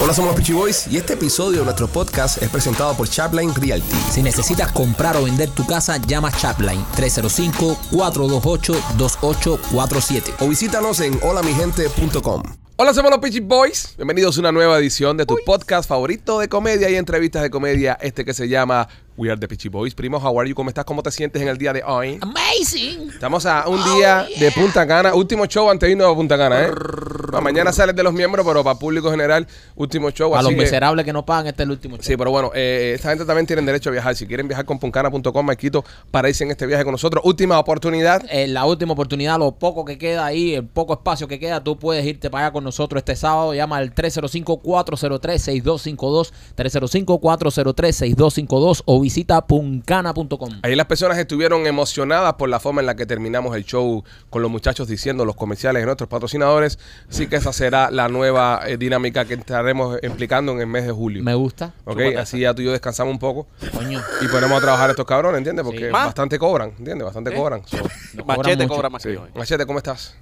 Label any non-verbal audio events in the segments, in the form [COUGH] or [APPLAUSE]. Hola, somos los Peachy Boys y este episodio de nuestro podcast es presentado por Chapline Realty. Si necesitas comprar o vender tu casa, llama Chapline 305-428-2847. O visítanos en holamigente.com. Hola, somos los Peachy Boys. Bienvenidos a una nueva edición de tu podcast favorito de comedia y entrevistas de comedia. Este que se llama We Are the Peachy Boys. Primo, how are you? ¿Cómo estás? ¿Cómo te sientes en el día de hoy? Amazing. Estamos a un día de Punta Cana. Último show antes de irnos a Punta Cana, ¿eh? Bueno, mañana sales de los miembros, pero para público general, último show. A los así que- miserables que no pagan, este es el último. Sí, show. pero bueno, eh, esta gente también tienen derecho a viajar. Si quieren viajar con puncana.com, Marquito, para irse en este viaje con nosotros. Última oportunidad. Eh, la última oportunidad, lo poco que queda ahí, el poco espacio que queda, tú puedes irte para allá con nosotros este sábado. Llama al 305-403-6252, 305-403-6252 o visita puncana.com. Ahí las personas estuvieron emocionadas por la forma en la que terminamos el show con los muchachos diciendo los comerciales de nuestros patrocinadores. Así que esa será la nueva eh, dinámica que estaremos implicando en el mes de julio. Me gusta. Ok, así ya tú y yo descansamos un poco Coño. y ponemos a trabajar a estos cabrones, ¿entiendes? Porque Sí. Ma. bastante cobran, ¿entiendes? Bastante cobran. So, nos cobran Machete mucho. cobra más sí. que yo. eh. Machete, ¿cómo estás?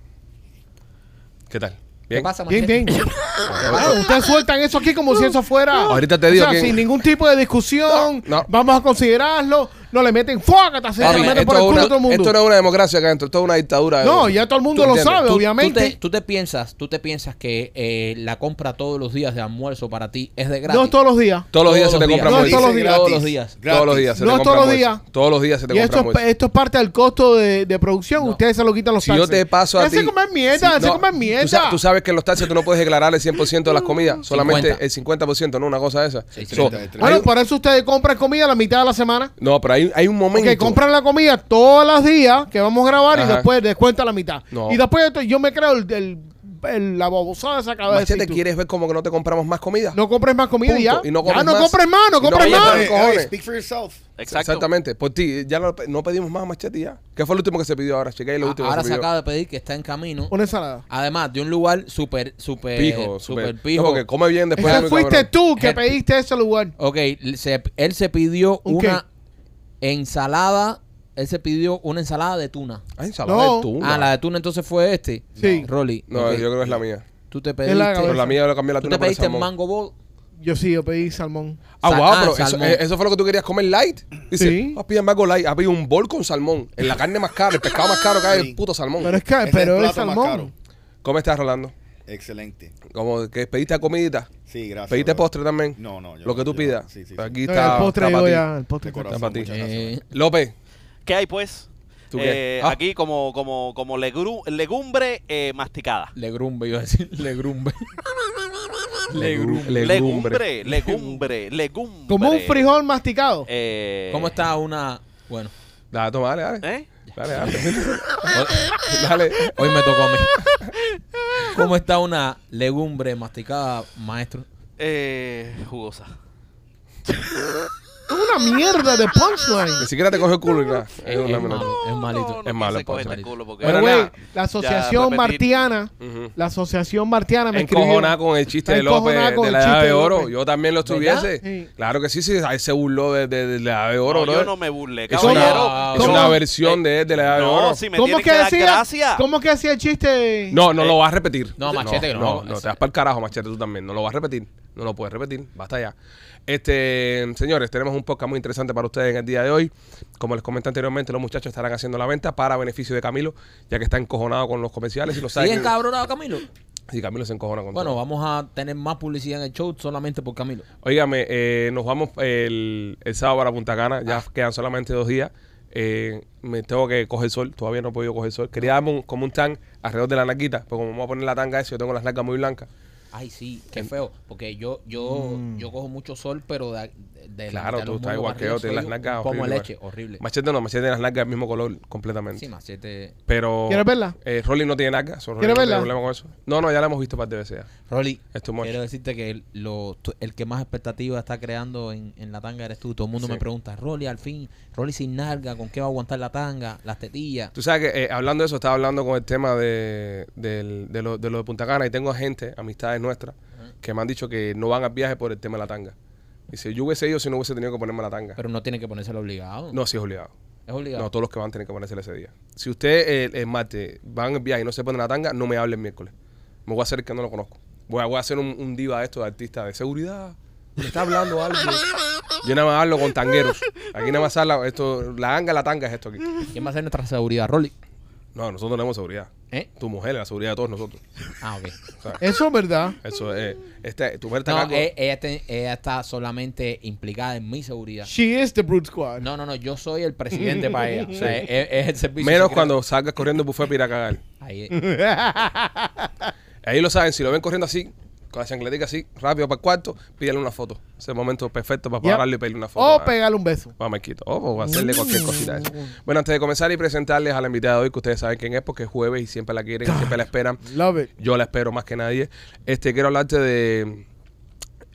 ¿Qué tal? ¿Qué ¿Bien? pasa, Bien, Machete? bien. Ah, ustedes sueltan eso aquí como si eso fuera. Ahorita te digo O sea, que- sin ningún tipo de discusión. No, no. Vamos a considerarlo. No le meten fuácata, se Papi, lo meten esto, por es el culo una- a todo el mundo. esto no es una democracia acá adentro, esto es una dictadura. No, ya todo el mundo ¿Tú lo entiendes? sabe. Tú- obviamente. Tú te, tú te piensas, tú te piensas que eh, la compra todos los días de almuerzo para ti es de gratis. No es todos los días. Todos los días se Todos te los compra días. No, hamburguesa. todos los días. Todos los días. Todos los días se No te es compra todos los hamburguesa. días. Todos los días se te Y compra esto, es- hamburguesa. esto es parte del costo de, de producción. Ustedes se lo quitan los Si yo taxes. te paso a Ya ti. se comen mierda, si- ya no, se comen Tú, sa- mierda. Mm, tú sabes que en los taxis tú no puedes declarar el 100% de las comidas, solamente 50. el 50%, ¿no? Una cosa de esa. Sí, So, 30, hay Bueno, un- por eso ustedes compran comida la mitad de la semana. no, pero hay, hay un momento. Que compran la comida todos los días que vamos a grabar Ajá. y después descuenta la mitad. No. Y después de esto, yo me creo el, el- el- la babosada esa que acabas de Machete, decir tú. ¿quieres ver como que no te compramos más comida? No compres más comida Punto. y ya. Y no ya compres no más. compres más, Y no no compres vayas más. para- Oye, cojones. oye, speak for yourself. Exacto. Exactamente. Por ti, ya no, no pedimos más machete y ya. ¿Qué fue lo último que se pidió ahora? Chequea lo A- último Ah, Ahora que se se pidió. acaba de pedir que está en camino. Una ensalada. Además, de un lugar súper, súper, Pijo, eh, súper super pijo. Porque come bien después. Ese muy fuiste cabrón. tú que Gente. pediste ese lugar. Ok, l- se- él se pidió ¿Un una ensalada. Él se pidió una ensalada de tuna. Ah, ensalada No. de tuna. Ah, la de tuna entonces fue este. Sí. Rolly. No, ok. yo creo que es la mía. Tú te Es la de Pero pediste. la mía lo cambié la Tú tuna te por el pediste salmón. mango ball. Yo sí, yo pedí salmón. Ah, Sa- wow, ah, pero eso, salmón. eh, eso fue lo que tú querías comer light. Dice, Sí. ah, pide mango light. Ah, pide un bol con salmón. En la carne más cara, el pescado más caro que hay, Sí. el puto salmón. Pero es que, Ese pero el es plato más salmón. ¿Cómo estás, Rolando? caro. Excelente. Como que pediste comidita. Ah, Sí, gracias. ¿Pediste brother. postre también? No, no, yo Lo que no, tú yo pidas. Pues no. Sí, sí, sí. Aquí No, está. el postre está yo pa' ti. ya, el postre. De corazón, Está para ti. muchas [LAUGHS] gracias. Eh, López, ¿Qué hay, pues? ¿Tú qué? Eh, Ah. Aquí como, como, como legru- legumbre eh, masticada. legrumbe, iba a decir. [LAUGHS] Legrumbe. Legru- Legumbre, legumbre, legumbre. Como un frijol masticado. Eh, ¿Cómo está una.? Bueno, Dale, toma, dale, dale. ¿Eh? Dale, dale. [LAUGHS] dale. hoy me tocó a mí. ¿Cómo está una legumbre masticada, maestro? Eh, jugosa. Es una mierda de Ni punchline. siquiera te coge el culo y nada. Eh, Es una malo, minuto. es malito. No, no, Es malo, pues, se coge Poncho. este culo porque- Bueno, Pero, nada. güey, la asociación repetir. martiana, Ujú. la asociación martiana me escribió. Encojonada con el chiste Está de López encojonada con de la el chiste edad de de oro. López. Yo también lo ¿Verdad? estuviese. Sí. Claro que sí, sí. Ahí se burló de, de- de la edad de oro, No, brother. yo no me burlé, Es caballero. una, caballero. es una ¿Cómo? versión de él de la edad de No, oro. si me ¿Cómo tienes que que dar hacía? gracias. ¿Cómo que hacía el chiste? No, no lo vas a repetir. No, Machete, que no. No, no, te vas para el carajo, Machete, tú también. No lo vas a repetir. No lo puedes repetir. Basta ya. Este, señores, tenemos un podcast muy interesante para ustedes en el día de hoy. Como les comenté anteriormente, los muchachos estarán haciendo la venta para beneficio de Camilo, ya que está encojonado con los comerciales y no sabe. ¿Sigues que- cabronado, Camilo? Sí, Camilo se encojona con Bueno, todo. vamos a tener más publicidad en el show solamente por Camilo. Óigame, eh, nos vamos el, el sábado para Punta Cana. Ya quedan solamente dos días. Eh, me tengo que coger sol. Todavía no he podido coger sol. Quería darme un- como un tan alrededor de la naquita. Pero como me voy a poner la tanga esa, yo tengo las nalgas muy blancas. Ay, sí, qué feo. Porque yo yo, yo cojo mucho sol, pero de, de la Mm. mitad de Claro, tú los estás muslos igual para que arriba yo, tienes soy las un nalgas pues. pomo de horrible, leche, macho. horrible. Machete no, machete tiene las nalgas del mismo color completamente. Sí, machete. Pero. ¿Quieres verla? Eh, Rolly no tiene nalgas. so Rolly ¿Quieres no tiene verla? problema con eso. No, no, ya la hemos visto para veces ya. Rolly, Es too much. quiero decirte que el, lo- tu- el que más expectativa está creando en, en la tanga eres tú. Todo el mundo me Sí. pregunta, Rolly, al fin, Rolly sin nalga, ¿con qué va a aguantar la tanga, las tetillas? Tú sabes que eh, hablando de eso, estaba hablando con el tema de, del- de, lo, de lo de Punta Cana y tengo gente, amistades nuestras, que me han dicho que no van al viaje por el tema de la tanga. Dice, yo hubiese ido si no hubiese tenido que ponerme la tanga. Pero no tiene que ponérselo obligado. no, sí es obligado. Es obligado. No, todos los que van tienen que ponérsela ese día. Si usted eh, el martes van al viaje y no se pone la tanga, no me hable el miércoles. Me voy a hacer el que no lo conozco. Voy a, voy a hacer un, un diva de esto de artista de seguridad. Me está hablando algo. Yo nada más hablo con tangueros. Aquí nada más habla esto, la anga, la tanga es esto aquí. ¿Quién va a ser nuestra seguridad? Rolly. No, nosotros no tenemos seguridad. ¿Eh? Tu mujer es la seguridad de todos nosotros. Ah, ok. Eso es verdad. Eso es. Este, tu mujer está a No, cargo- eh, ella, te- ella está solamente implicada en mi seguridad. She is the Brute Squad. No, no, no, yo soy el presidente para [LAUGHS] ella. O sea, es, es el servicio. Menos secreto. cuando salgas corriendo el buffet para ir a cagar. Ahí, Ahí lo saben, si lo ven corriendo así, con la chancletica así, rápido para el cuarto, pídale una foto. Ese es el momento perfecto para Yep. pararle y pedirle una foto. O a- pegarle un beso. a Marquito. O o hacerle cualquier cosita. a eso. Bueno, antes de comenzar y presentarles a la invitada de hoy, que ustedes saben quién es, porque es jueves y siempre la quieren, y siempre la esperan. Love it. Yo la espero más que nadie. Este, quiero hablarte de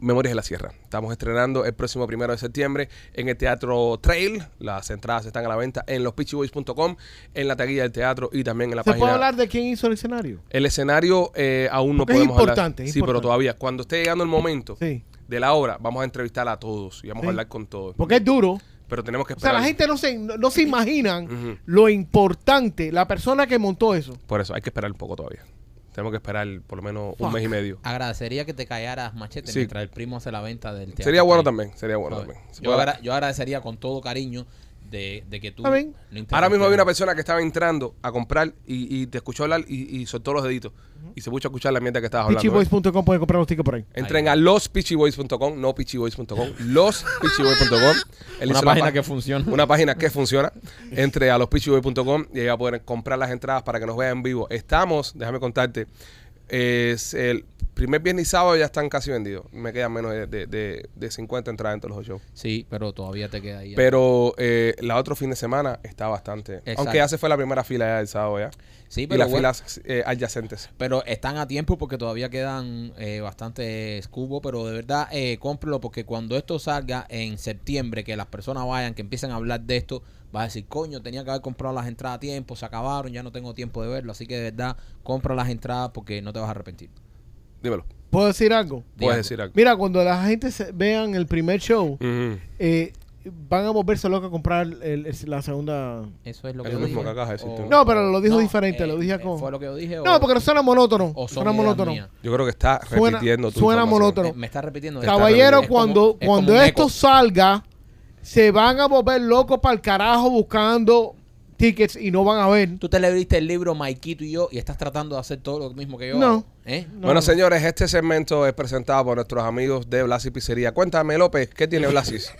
Memorias de la Sierra. Estamos estrenando el próximo primero de septiembre en el Teatro Trail. Las entradas están a la venta en lospitchyboys.com, en la taquilla del teatro y también en la ¿Se página. puede hablar de quién hizo el escenario? El escenario eh, aún no Porque es podemos importante, hablar. es sí, pero importante. todavía. Cuando esté llegando el momento Sí. de la obra, vamos a entrevistar a todos y vamos Sí. a hablar con todos. Porque es duro. O Pero tenemos que sea, esperar. la gente no se, no, no se imaginan Ujú. lo importante, la persona que montó eso. Por eso hay que esperar un poco todavía. Tenemos que esperar por lo menos un Fuck. mes y medio. agradecería que te callaras machete Sí. mientras el primo hace la venta del teatro. Sería bueno también, sería bueno ¿Sabes? también. Se Yo, puede- agra- yo agradecería con todo cariño de, de que tú. Está bien. no interrumpieras. Ahora mismo había una persona que estaba entrando a comprar y, y te escuchó hablar y, y soltó los deditos. Y se puso a escuchar la mierda que estabas hablando. ¿eh? Pitchyboys.com puede comprar los tickets por ahí. Entren a lospitchyboys.com, no pitchyboys.com, lospitchyboys.com. Él Una hizo la página pa- que funciona. Una página [LAUGHS] que funciona. Entre a lospitchyboys.com y ahí va a poder comprar las entradas para que nos vean en vivo. Estamos, déjame contarte, es el primer viernes y sábado ya están casi vendidos. Me quedan menos de, de- de- de 50 entradas en todos los shows. Sí, pero todavía te queda ahí. Pero eh, la otro fin de semana está bastante. Exacto. Aunque ya se fue la primera fila ya del sábado ya. sí, y pero, las bueno, filas eh, adyacentes. pero están a tiempo porque todavía quedan eh, bastantes cubos. Pero de verdad, eh, cómprelo porque cuando esto salga en septiembre, que las personas vayan, que empiecen a hablar de esto, vas a decir, coño, tenía que haber comprado las entradas a tiempo, se acabaron, ya no tengo tiempo de verlo. Así que de verdad, compra las entradas porque no te vas a arrepentir. Dímelo. ¿Puedo decir algo? Diablo. Puedes decir algo. Mira, cuando la gente se- vean el primer show, Ujú. eh, van a volverse locos a comprar el- el- la segunda. Eso es lo Es que lo yo mismo dije. que acabas de decir tú. No, pero lo dijo diferente, lo dije como- eh, Fue lo que yo dije. No, porque no suena monótono. o son suena ideas monótono. mías. Yo creo que está Suena- repitiendo tu suena información. monótono. Eh, me está repitiendo. Está Caballero, como- Es cuando, es como cuando un esto eco. salga, se van a volver locos para el carajo buscando tickets y no van a ver. Tú te leíste el libro Maikito y yo y estás tratando de hacer todo lo mismo que yo. No. hago, ¿eh? No, bueno, no. señores, este segmento es presentado por nuestros amigos de Blasis Pizzería. Cuéntame, López, ¿qué [LAUGHS] tiene Blasis?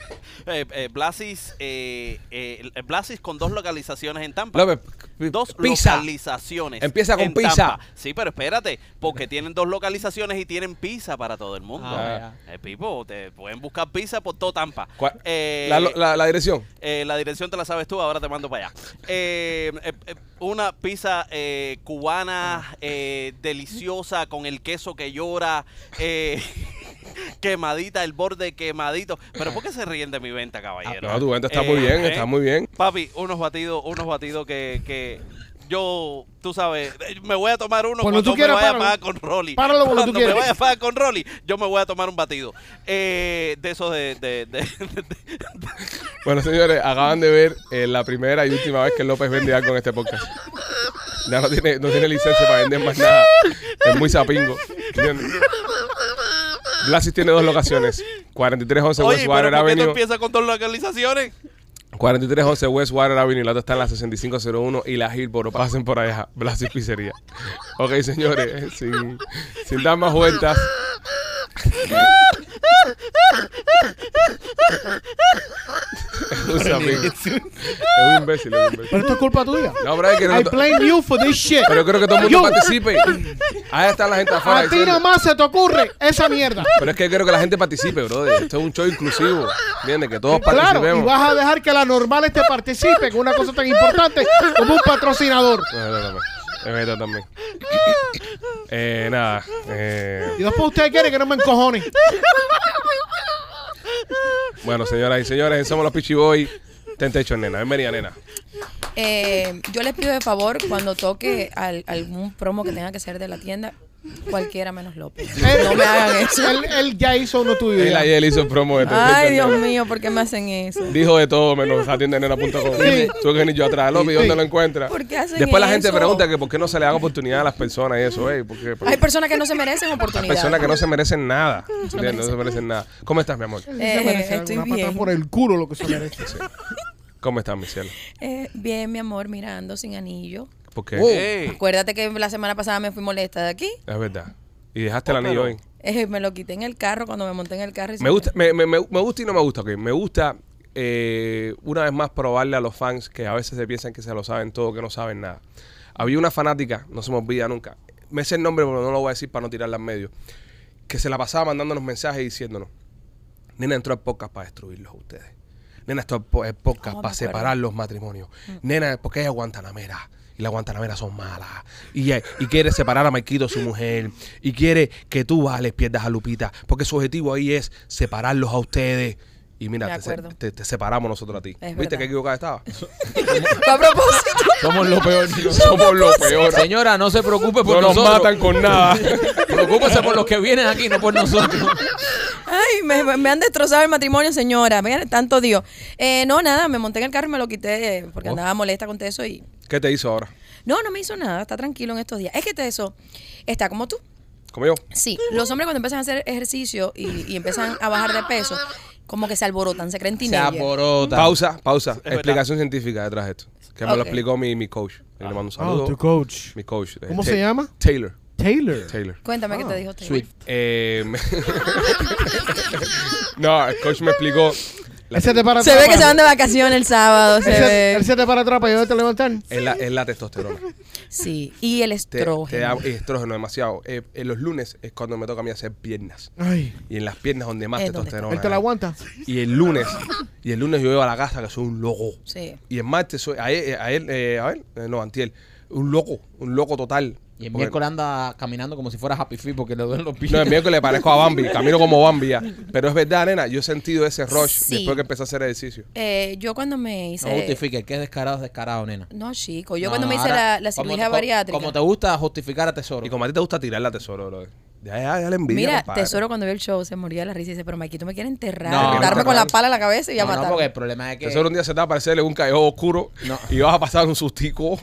Eh, eh, Blasis, eh, eh, el Blasis con dos localizaciones en Tampa. López, pi- Dos pizza. localizaciones. Empieza con en pizza. Tampa. Sí, pero espérate, porque tienen dos localizaciones y tienen pizza para todo el mundo. Ah, Eh, Pipo, te pueden buscar pizza por todo Tampa. ¿Cuál- Eh, la, la- la dirección. eh, la dirección te la sabes tú, ahora te mando para allá. Eh, eh, eh, una pizza eh, cubana eh, deliciosa con el queso que llora, eh, [LAUGHS] quemadita, el borde quemadito. Pero ¿por qué se ríen de mi venta, caballero? Ah, No, tu venta está muy bien, eh, está muy bien. Papi, unos batidos, unos batidos que, que yo, tú sabes, eh, me voy a tomar uno Cuando tú me quieras, vaya páralo. a pagar con Rolly. Páralo cuando tú me quieras. vaya a pagar con Rolly, yo me voy a tomar un batido. Eh, de esos de- de- [LAUGHS] de, de, Bueno, señores, acaban de ver eh, la primera y última vez que López vende algo en este podcast. Ya no tiene, no tiene licencia para vender más nada. Es muy sapingo. ¿entiendes? Blasis tiene dos locaciones. 4311 Oye, West pero Water ¿por qué tú Avenue. empiezas con dos localizaciones? 4311 West Water Avenue, la otra está en la 6501 y la Hillboro. Pasen por allá, Blas y Pizzería. Ok, señores, eh, sin, sin dar más vueltas. [LAUGHS] es un sapín. Es un imbécil, es un imbécil. Pero esto es culpa tuya. No, pero es que no- I blame you for this shit. pero creo que todo el mundo Yo, participe. Ahí está la gente afuera. A ti diciendo- nada más se te ocurre esa mierda. Pero es que quiero que la gente participe, brother. Esto es un show inclusivo. ¿Entiendes? Que todos Claro, y participemos. vas a dejar que las normales te participen con una cosa tan importante como un patrocinador. No, es verdad también. Es verdad también. Eh, nada. eh, Y después ustedes quieren que no me encojone. bueno, señoras y señores, somos los Pichiboy. Ten techo, nena. Bienvenida, nena. Eh, yo les pido de favor, cuando toque al- algún promo que tenga que ser de la tienda, Cualquiera menos López. Él- No me hagan eso. Eh, Él, él ya hizo uno tuyo. Él ya. ayer hizo el promo de Ay, Dios mío, ¿por qué me hacen eso? Dijo de todo menos atiendenena.com. Sí. Tú que ni yo atrás, López, ¿dónde lo encuentras? ¿Por qué hacen Después la gente eso? pregunta que por qué no se le dan oportunidad a las personas y eso, ey, porque Hay personas que no se merecen hay oportunidades. personas que no se merecen nada. ¿entiendes? No se merecen nada. ¿Cómo estás, mi amor? Sí se Eh, merece estoy alguna patada bien. por el culo lo que se merece. ¿Cómo estás, mi cielo? Eh, bien, mi amor, mirando sin anillo. Porque Oh. Ey, Acuérdate que la semana pasada me fui molesta de aquí. es verdad. Y dejaste el anillo ahí. Eh, me lo quité en el carro cuando me monté en el carro. y se Me gusta, me, me- me- me gusta y no me gusta, ok. Me gusta eh, una vez más probarle a los fans que a veces se piensan que se lo saben todo, que no saben nada. Había una fanática, no se me olvida nunca. Me sé el nombre, pero no lo voy a decir para no tirarla en medio. Que se la pasaba mandándonos mensajes y diciéndonos: Nena entró al podcast para destruirlos a ustedes. Nena entró al po- al podcast Oh, me para acuerdo. separar los matrimonios. Mm. Nena, porque ella es guantanamera. Y las guantanameras son malas. Y, eh, y quiere separar a Maikito, su mujer. Y quiere que tú, Vales, pierdas a Lupita. Porque su objetivo ahí es separarlos a ustedes. Y De mira, te, se- acuerdo. te- te separamos nosotros a ti. Es ¿Viste verdad. qué equivocada [LAUGHS] estaba? A propósito. Somos lo peor. Somos lo peor. Señora, no se preocupe por No nos nosotros. matan con nada. Preocúpese por los que vienen aquí, no por nosotros. Ay, me, me han destrozado el matrimonio, señora. Vean, tanto Dios. Eh, no, nada, me monté en el carro y me lo quité eh, porque Oh. andaba molesta con eso y... [LAUGHS] ¿Qué te hizo ahora? No, no me hizo nada, está tranquilo en estos días. Es que Teso está como tú. ¿Como yo? Sí, los hombres cuando empiezan a hacer ejercicio y, y empiezan a bajar de peso, como que se alborotan, se creen Se teenagers. aborota. Pausa, pausa. verdad. Explicación científica detrás de esto. Que me lo Ok. explicó mi, mi coach. Y Le mando un Oh, saludo. tu coach. Mi coach. eh, ¿Cómo Ta- se llama? Taylor. Taylor. Taylor. Cuéntame Ah, qué te dijo Taylor. Swift. Eh, [LAUGHS] me- no, el coach me explicó. La, Él se te para Se atrás ve que para- se van de vacaciones [LAUGHS] el sábado, se Él se, él ve. se te para atrás para ayudarte a levantar. es, la, es la testosterona. Sí, y el Te, te da estrógeno. y estrógeno demasiado. Eh, en los lunes es cuando me toca a mí hacer piernas. Ay. Y en las piernas donde más Es donde está. testosterona. Él te eh. la hay. aguanta. Y el lunes, y el lunes yo iba a la casa que soy un loco. Sí. Y el martes soy, a él, a él, eh, a él, eh, no, antiel, un loco, un loco total. Y el Porque- miércoles anda caminando como si fuera Happy Feet porque le duelen los pies. No, el miércoles parezco a Bambi, camino como Bambi ya. Pero es verdad, nena, yo he sentido ese rush Sí. después que empecé a hacer ejercicio. Eh, yo cuando me hice... No justifique, el que es descarado es descarado, nena. No, chico, yo No, cuando no, me hice ahora, la, la como- cirugía co- bariátrica... Como te gusta justificar a tesoro. Y como a ti te gusta tirar la tesoro, bro. Ya, ya, ya le envidia. Mira, compadre. Tesoro cuando vio el show se moría de la risa y dice, pero Maquito me quiere enterrar, No, darme enterrar. con la pala en la cabeza y voy a no, no, matar. porque el problema es que. Tesoro un día se te va a aparecer en un callejón oscuro y vas a pasar un sustico.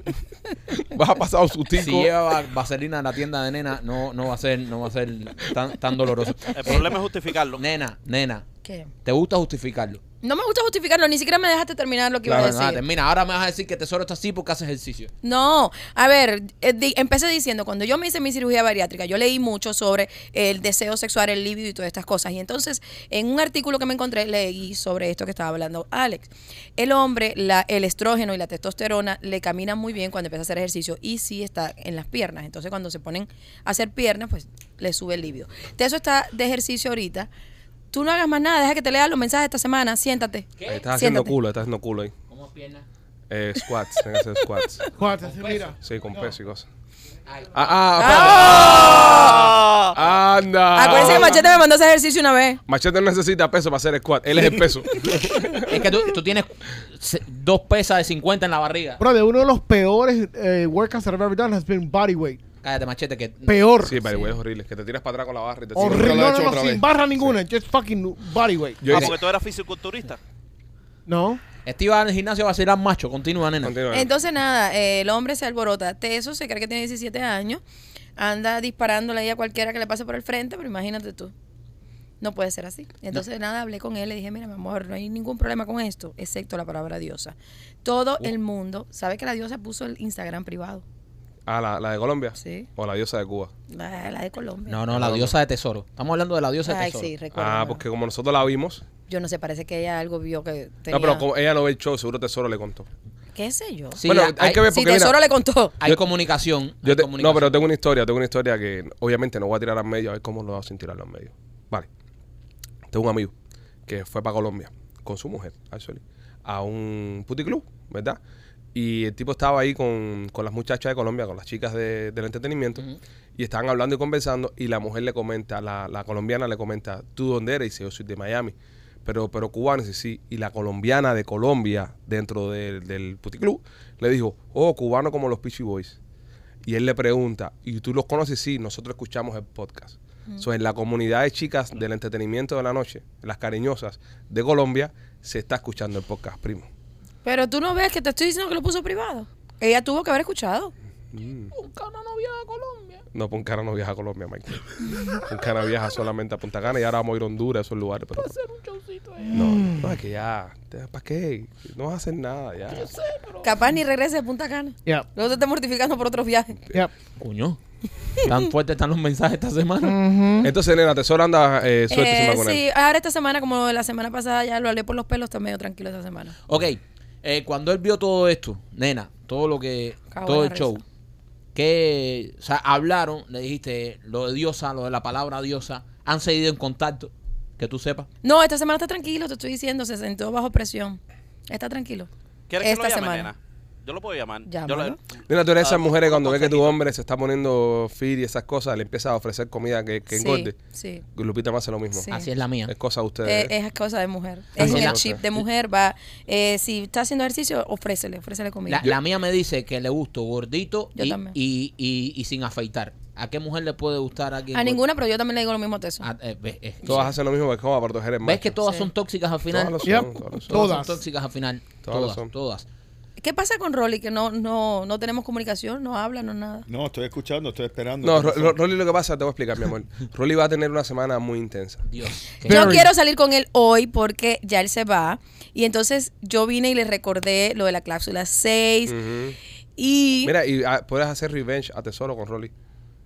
[LAUGHS] vas a pasar un sustico. si lleva va- vaselina a la tienda de nena, no, no va a ser, no va a ser tan, tan doloroso. el problema es justificarlo. Nena, nena, ¿Qué? te gusta justificarlo. No me gusta justificarlo, ni siquiera me dejaste terminar lo que Claro, iba a decir. nada, termina. Ahora me vas a decir que tesoro está así porque hace ejercicio. No, a ver, eh, di- empecé diciendo, cuando yo me hice mi cirugía bariátrica, yo leí mucho sobre el deseo sexual, el libido y todas estas cosas. Y entonces, en un artículo que me encontré, leí sobre esto que estaba hablando Alex. El hombre, la- el estrógeno y la testosterona le caminan muy bien cuando empieza a hacer ejercicio y sí está en las piernas. Entonces, cuando se ponen a hacer piernas, pues le sube el libido. De eso está de ejercicio ahorita. Tú no hagas más nada, deja que te lea los mensajes esta semana, siéntate. Ahí estás haciendo Siéntate. culo, estás haciendo culo ahí. ¿Cómo piernas? Eh, squats, tienes que hacer squats. Cuántas, mira. Sí, con peso y cosas. Ah, ah, espérate. anda. Acuérdense que Machete me mandó ese ejercicio una vez. Machete no necesita peso para hacer squat. Él es el [LAUGHS] peso. Es que tú, tú tienes se- dos pesas de 50 en la barriga. Bro, de uno de los peores eh, workouts that I've ever done has been body weight. Cállate, machete, que. Peor. sí, pero güey, es horrible. Que te tiras para atrás con la barra y te Horrible. Nunca lo he No, hecho no, no, otra sin vez. barra ninguna. Just fucking body weight. Yo ah, hice- porque tú eras fisiculturista. No. Steve va al gimnasio va a ser macho. Continúa, nena. Continúa. Entonces, nada, eh, el hombre se alborota. Teso se cree que tiene 17 años. Anda disparándole ahí a cualquiera que le pase por el frente, pero imagínate tú. No puede ser así. Entonces, nada, hablé con él, le dije, mira, mi amor, no hay ningún problema con esto, excepto la palabra diosa. Todo el mundo sabe que la diosa puso el Instagram privado. Ah, la, la de Colombia. Sí. O la diosa de Cuba. La, la de Colombia. No, no, la diosa de tesoro. Estamos hablando de la diosa de Ay, tesoro. sí, recuerdo. ah, porque como nosotros la vimos. Yo no sé, parece que ella algo vio que tenía... No, pero como ella no ve el show, seguro Tesoro le contó. ¿Qué sé yo? Sí, bueno, hay, hay que ver si porque mira, Tesoro le contó. hay Yo- comunicación. hay yo te- no, comunicación. pero tengo una historia, tengo una historia que obviamente no voy a tirar al medio, a ver cómo lo hago sin tirarlo al medio. Vale. Tengo un amigo que fue para Colombia con su mujer, actually, a un puticlub, ¿verdad? Y el tipo estaba ahí con, con las muchachas de Colombia, con las chicas de- del entretenimiento, y estaban hablando y conversando, y la mujer le comenta, la, la colombiana le comenta, ¿tú dónde eres? Y dice, yo soy de Miami, pero, pero cubano, y dice, sí. Y la colombiana de Colombia, dentro del del puticlub, le dijo, oh, cubano como los Peachy Boys. Y él le pregunta, ¿y tú los conoces? Sí, nosotros escuchamos el podcast. So, en la comunidad de chicas del entretenimiento de la noche, las cariñosas de Colombia, se está escuchando el podcast, primo. Pero tú no ves que te estoy diciendo que lo puso privado. Ella tuvo que haber escuchado. No, Puncana no viaja a Colombia, Mike. Puncana viaja solamente a Punta Cana y ahora vamos a ir a Honduras, a esos lugares. Pero... No, no, es que ya, te- ¿para qué? No vas a hacer nada ya. Capaz ni regrese de Punta Cana. Ya. Luego te estás mortificando por otros viajes. Ya. Coño. Tan fuertes están los mensajes esta Mm. semana. Entonces, nena, Tesoro anda eh, sueltísima Eh, con sí, él. ahora esta semana, como la semana pasada ya lo hablé por los pelos, está medio tranquilo esta semana. Ok. eh, cuando él vio todo esto, nena, todo lo que. Cago en todo la el show. risa. Que. O sea, hablaron, le dijiste lo de diosa, lo de la palabra diosa. Han seguido en contacto. Que tú sepas. No, esta semana está tranquilo, te estoy diciendo, se sentó bajo presión. Está tranquilo. ¿Quieres esta que lo llame, semana. nena? Yo lo puedo llamar. Yo lo- Llámalo. Nena, tú eres Ah, esas mujeres un cuando ve que tu consejito. hombre se está poniendo fit y esas cosas, le empiezas a ofrecer comida que, que Sí, engorde. sí. Lupita me hace lo mismo. Sí. Así es la mía. Es cosa de ustedes. Eh, ¿eh? es cosa de mujer. Ah, Es no, el no, chip sí. de mujer. va eh, Si está haciendo ejercicio, ofrécele, ofrécele comida. La, la mía me dice que le gusto gordito Yo y, también. y, y, y sin afeitar. ¿A qué mujer le puede gustar a alguien a gordo? ninguna, pero yo también le digo lo mismo a Teso. Ah, eh, ves, eh, Todas hacen lo mismo que como para proteger el ¿Ves que macho. todas Sí. son tóxicas al final? Todas lo son, Yep. todas lo son. Todas. son tóxicas al final. Todas lo Todas, son. todas. ¿Qué pasa con Rolly? Que no, no, no tenemos comunicación, no habla, no nada. No, estoy escuchando, estoy esperando. No, ¿Qué Ro- pasó? Ro- Rolly, lo que pasa, te voy a explicar, [LAUGHS] mi amor. Rolly va a tener una semana muy intensa. Dios. qué- Yo Very. quiero salir con él hoy porque ya él se va. Y entonces yo vine y le recordé lo de la cláusula 6. Ujú. Y. Mira, y ah, puedes hacer revenge a Tesoro con Rolly.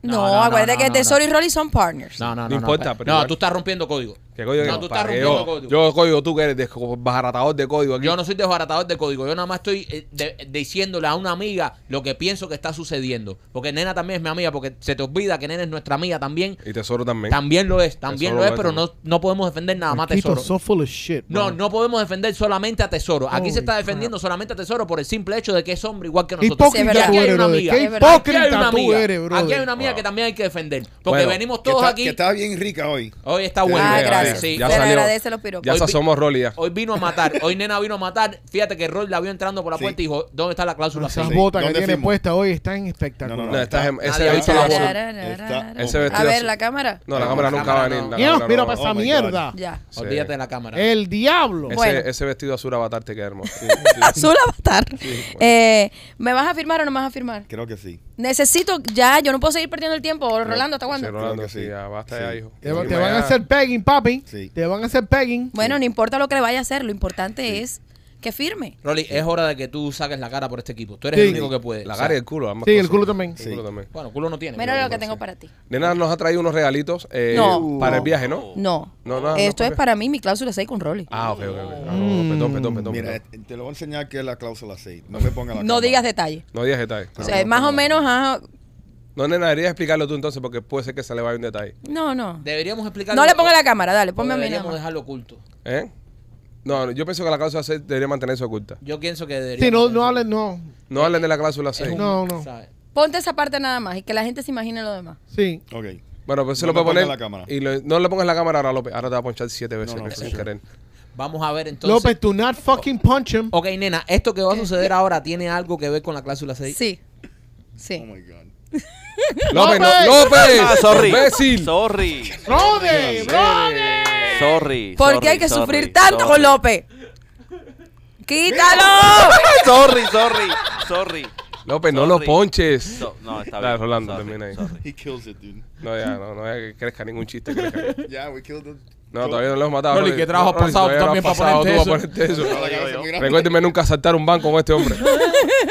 no, No, no, acuérdate no, que no, Tesoro no. y Rolly son partners. No, no, no. No importa, No, pero No, igual. tú estás rompiendo código. ¿Qué código? No, tú estás Para que rompiendo yo, código. Yo código, tú que eres desbaratador de código aquí. Yo no soy desbaratador de código. Yo nada más estoy eh, de- diciéndole a una amiga lo que pienso que está sucediendo. Porque Nena también es mi amiga. Porque se te olvida que Nena es nuestra amiga también. Y Tesoro también. También lo es. También Tesoro lo es. lo es Pero también. no, no podemos defender nada más a Marquito, Tesoro. so full of shit, No, bro. no podemos defender solamente a Tesoro. Aquí Holy se está crap. defendiendo solamente a Tesoro por el simple hecho de que es hombre igual que Qué nosotros. Sí, es hipócrita verdad. tú Aquí hay eres, una brother. amiga. Qué Es verdad. Aquí hay una hipócrita tú amiga. eres, bro. Aquí hay una amiga que también hay que defender. Porque Bueno, venimos Que todos está- aquí. Que está bien rica hoy. Hoy está Sí, bueno. Ah, sí, sí, gracias. Se le salió. agradece los piropos. Ya Hoy se vi- asomó Rolly ya. Hoy vino a matar. Hoy nena vino a matar. Fíjate que Roy la vio entrando por la Sí. puerta y dijo, ¿dónde está la cláusula? Esas Sí. seis?". botas que ¿Dónde tiene firmo? puesta hoy están espectaculares. No, No, estás en- ese Nadie vestido habla. azul. Tarararara. Está- Ese A vestido ver, azul. la cámara. No, la cámara nunca va a venir. la Ya, cámara mira pues. no va a para venir. esa Oh my mierda. Ya. Sí. Olvídate de la cámara. El diablo. Ese, Bueno. ese vestido azul avatar te queda [LAUGHS] hermoso. Azul avatar. Eh, ¿Me vas a firmar o no me vas a firmar? Creo que sí. Necesito ya, yo no puedo seguir perdiendo el tiempo. Rolando, ¿hasta cuándo? Sí, Rolando, Creo que sí, sí. ya basta Sí. ya, hijo. Te, va- Sí, te van ya. a hacer pegging, papi. Sí. Te van a hacer pegging. Bueno, no importa lo que le vaya a hacer, lo importante es que firme. Rolly, es hora de que tú saques la cara por este equipo. Tú eres Sí. el único que puede. La O sea, cara y el culo. ambas Sí, el cosas. culo también. El culo Sí. también. Bueno, culo no tiene. Mira lo que tengo para ti. Nena nos ha traído unos regalitos eh, No. para el viaje, ¿no? No. No, no, no, Esto es papi. para mí, mi cláusula 6 con Rolly. Ah, ok, ok. ok. Ah, Mm. no, no, perdón, perdón, perdón. Mira, perdón. eh, te lo voy a enseñar que es la cláusula 6. No me pongas la No cámara. digas detalle. No digas detalle. O sea, más o menos, ajá, No, nena, deberías explicarlo tú entonces porque puede ser que se le vaya un detalle. no, no. Deberíamos explicar. No le ponga la cámara, dale, ponme a mí. nada Deberíamos más. dejarlo oculto. ¿Eh? No, no, yo pienso que la cláusula 6 debería mantenerse oculta. Yo pienso que deberíamos. Si no, no dejarlo. hablen, no. No hablen de la cláusula 6. Es un- No, no. ¿sabes? Ponte esa parte nada más y que la gente se imagine lo demás. Sí. Ok. Bueno, pues se No lo voy le a poner. pongas la cámara. Y lo- no le pongas la cámara ahora, López. Ahora te va a ponchar siete veces no, que for sin sure. querer. Vamos a ver entonces. López, do not fucking punch him. Ok, nena, esto que va a suceder ahora tiene algo que ver con la cláusula 6. Eh, Sí. Oh Sí. my God. ¡López! ¡López! ¡No! ¡López! Ah, sorry. Pues, ¡Imbécil! Sorry. ¡Brother! ¡Brother! Sorry. ¿Por sorry, qué hay que sorry, sufrir tanto sorry. con López? ¡Quítalo! [LAUGHS] Sorry, sorry, sorry. López, Pues no lo Sorry. ponches. So- no, está Dale, bien. Rolando, Sorry, termina ahí. sorry. He kills it, dude. No, ya, no, no ya que crezca ningún chiste. crezca. Yeah, we killed him. No, todavía no lo hemos matado. Rolly, ¿qué trabajo has pasado tú todavía no también para has pasado ponerte tú para ponerte La eso? cabeza muy grande. Recuérdeme nunca saltar un banco con [LAUGHS] este hombre.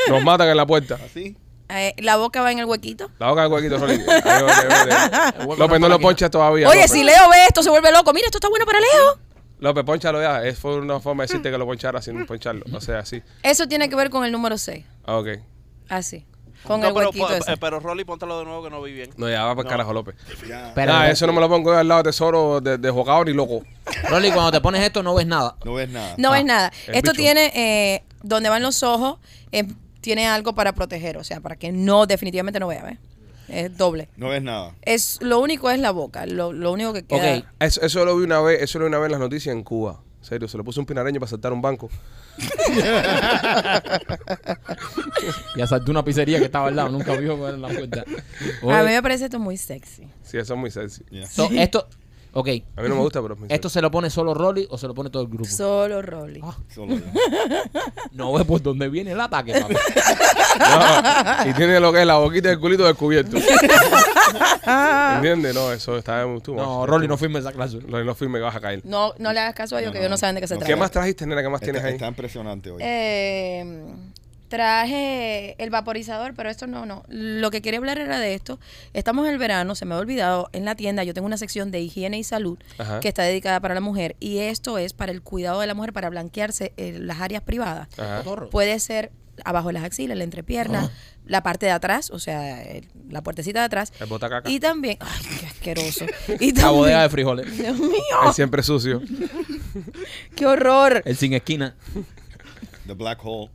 Nos matan en la puerta. ¿Así? Eh, la boca va en el huequito. La boca de huequito, Rolly. Ahí va, ahí va, [LAUGHS] ahí va. López, no lo ponches todavía. Oye, López. si Leo ve esto, se vuelve loco. Mira, esto está bueno para Leo. López, ponchalo ya. Es fue una forma de decirte que lo ponchara sin poncharlo. O sea, así. Eso tiene que ver con el número 6. Ah, ok. Así. Con No, el pero, huequito po- ese. eh, pero Rolly, póntalo de nuevo que no vi bien. No, ya va para el carajo, López. Ya. Pero, Nah, eso no me lo pongo yo al lado de tesoro de, de jugador ni loco. Rolly, cuando te pones esto no ves nada. No ves nada. No es nada. el Esto bicho. tiene, eh, donde van los ojos, eh, tiene algo para proteger, o sea, para que no, definitivamente no vea, ¿ves? Es doble. No ves nada. Es, lo único es la boca, lo, lo único que queda. Ok. Eso, eso lo vi una vez, eso lo vi una vez en las noticias en Cuba. En serio, se lo puso un pinareño para saltar un banco. y asaltó una pizzería que estaba al lado. Nunca vio cuál era la puerta. A Oye, mí me parece esto muy sexy. Sí, eso es muy sexy. Yeah. so, esto, ok. A mí no me gusta, pero es muy ¿Esto se lo pone solo Rolly o se lo pone todo el grupo? Solo Rolly. Ah. Solo yo. no ve por dónde viene el ataque, [LAUGHS] papi. No, Ah, y tiene lo que es la boquita y el culito descubierto. ¿Entiendes? No, eso está en tu No, Rolly no firme esa clase. Rolly no firme, vas a caer. No, no le hagas caso a ellos No, que no, ellos no no. saben de qué se No, trata. ¿Qué más trajiste, nena? ¿Qué más tienes Está, ahí? está impresionante Pues hoy. Eh, traje el vaporizador, pero esto no, no. Lo que quería hablar era de esto. Estamos en el verano, se me ha olvidado. En la tienda yo tengo una sección de higiene y salud Ajá. que está dedicada para la mujer y esto es para el cuidado de la mujer, para blanquearse eh, las áreas privadas. Ah. Ajá. Puede ser abajo de las axilas, la entrepierna, la parte de atrás, o sea, el- la puertecita de atrás. El botacaca. Y también, ay, [LAUGHS] qué asqueroso. Y La bodega [LAUGHS] de también, frijoles. Dios mío, Él siempre sucio. qué horror. El sin esquina. The Black Hole.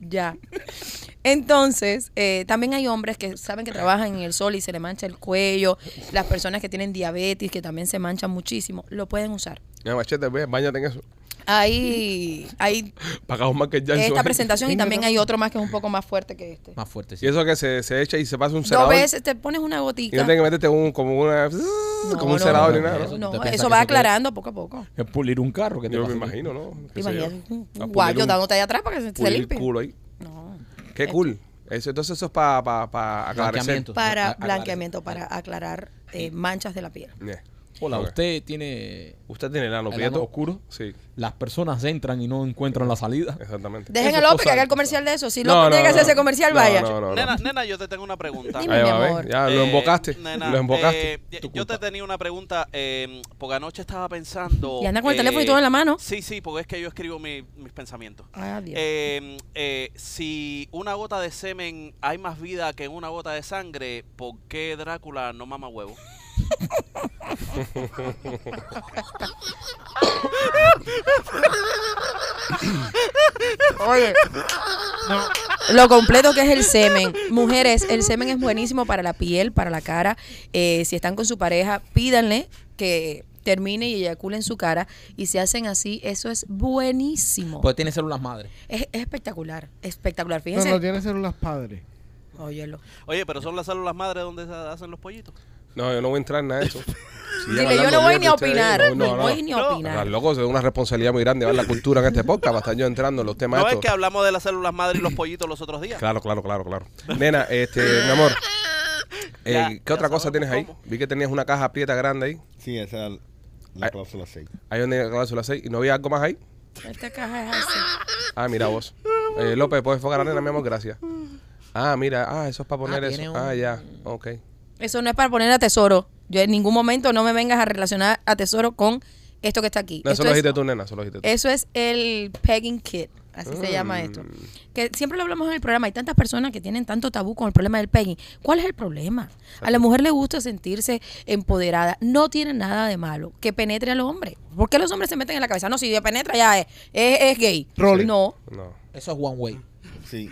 Ya. Entonces, eh, también hay hombres que saben que trabajan en el sol y se le mancha el cuello. Las personas que tienen diabetes, que también se manchan muchísimo, lo pueden usar. Ya, machete, ve, bañate en eso. Hay, hay Pagamos más que el Jackson. esta presentación y también hay otro más que es un poco más fuerte que este. Más fuerte. sí. Y eso que se, se echa y se pasa un Dos cerador. veces te pones una Y no gotica. tienes que meterte un, como una. como un cerador no, ni no, nada. ¿no? eso- No, ¿Te eso, piensas que eso va qué? aclarando poco a poco. Es pulir un carro que te Yo pasa me a ti. imagino, ¿no? ¿Te Qué sé yo. imaginas un, A un pulir guayo un- dándote ahí atrás para que se, se pulir el limpie? culo ahí. No. Qué cool. Eso, entonces eso es para pa, pa aclarecer. Blanqueamiento. Para A- aclarar. blanqueamiento, para aclarar eh, manchas de la piel. Yeah. Hola, Ok. usted tiene. ¿Usted tiene el ano ¿El prieto? ano oscuro? Sí, Las personas entran y no encuentran la salida. exactamente. Dejen Eso a es López que cosa- haga el comercial de eso. Si No, López no, tiene que no. hacer ese comercial, No, vaya. no, no, no. Nena, nena, yo te tengo una pregunta. Dime, Ahí mi va, ¿ves? amor. Ya Ah, lo Eh, embocaste. nena, lo embocaste. eh, Tu yo te culpa. tenía una pregunta, eh, porque anoche estaba pensando... Y anda con el eh, teléfono y todo en la mano. Sí, sí, porque es que yo escribo mi- mis pensamientos. Ah, Dios. Eh, eh, si una gota de semen hay más vida que una gota de sangre, ¿por qué Drácula no mama [LAUGHS] huevo? Oye, lo completo que es el semen. Mujeres, el semen es buenísimo para la piel, para la cara. Eh, si están con su pareja, pídanle que termine y eyaculen su cara. Y si hacen así, eso es buenísimo. Pues- Porque tiene células madre. es, es espectacular, espectacular. No, no Fíjense. tiene células padres. Óyelo. Oye, pero son las células madres donde se hacen los pollitos. No, yo no voy a entrar en nada de eso. Sí, Dile, hablando yo no voy mierda ni a ustedes. opinar. No, no, No voy no. ni No. a Estás opinar. loco, es una responsabilidad muy grande. Llevar la cultura en este podcast. Basta yo entrando en los temas ¿No es estos. que hablamos de las células madres y los pollitos los otros días? Claro, claro, claro, claro. Nena, este, mi amor. eh, Ya, ¿Qué ya otra cosa tienes sabemos ahí? cómo. Vi que tenías una caja prieta grande ahí. Sí, esa es la Ay. cláusula 6. Ahí donde la cláusula 6. ¿Y no había algo más ahí? Esta caja es así. Ah, mira vos. Eh, López, ¿puedes enfocar a la nena, mi amor? Gracias. Ah, mira. Ah, eso es para poner Ah, tiene eso. un- Ah, ya. Ok. Eso no es para poner a tesoro. Yo en ningún momento no me vengas a relacionar a tesoro con esto que está aquí. No, eso Esto lo es- dijiste tú, nena. Eso lo dijiste tú. Eso es el pegging kit, así se Mm. llama esto. Que siempre lo hablamos en el programa, hay tantas personas que tienen tanto tabú con el problema del pegging. ¿Cuál es el problema? A la mujer le gusta sentirse empoderada, no tiene nada de malo que penetre al hombre. ¿Por qué los hombres se meten en la cabeza? No, si ella penetra ya es, es, es gay. Rolly. No, No. Eso es one way. [LAUGHS] Sí.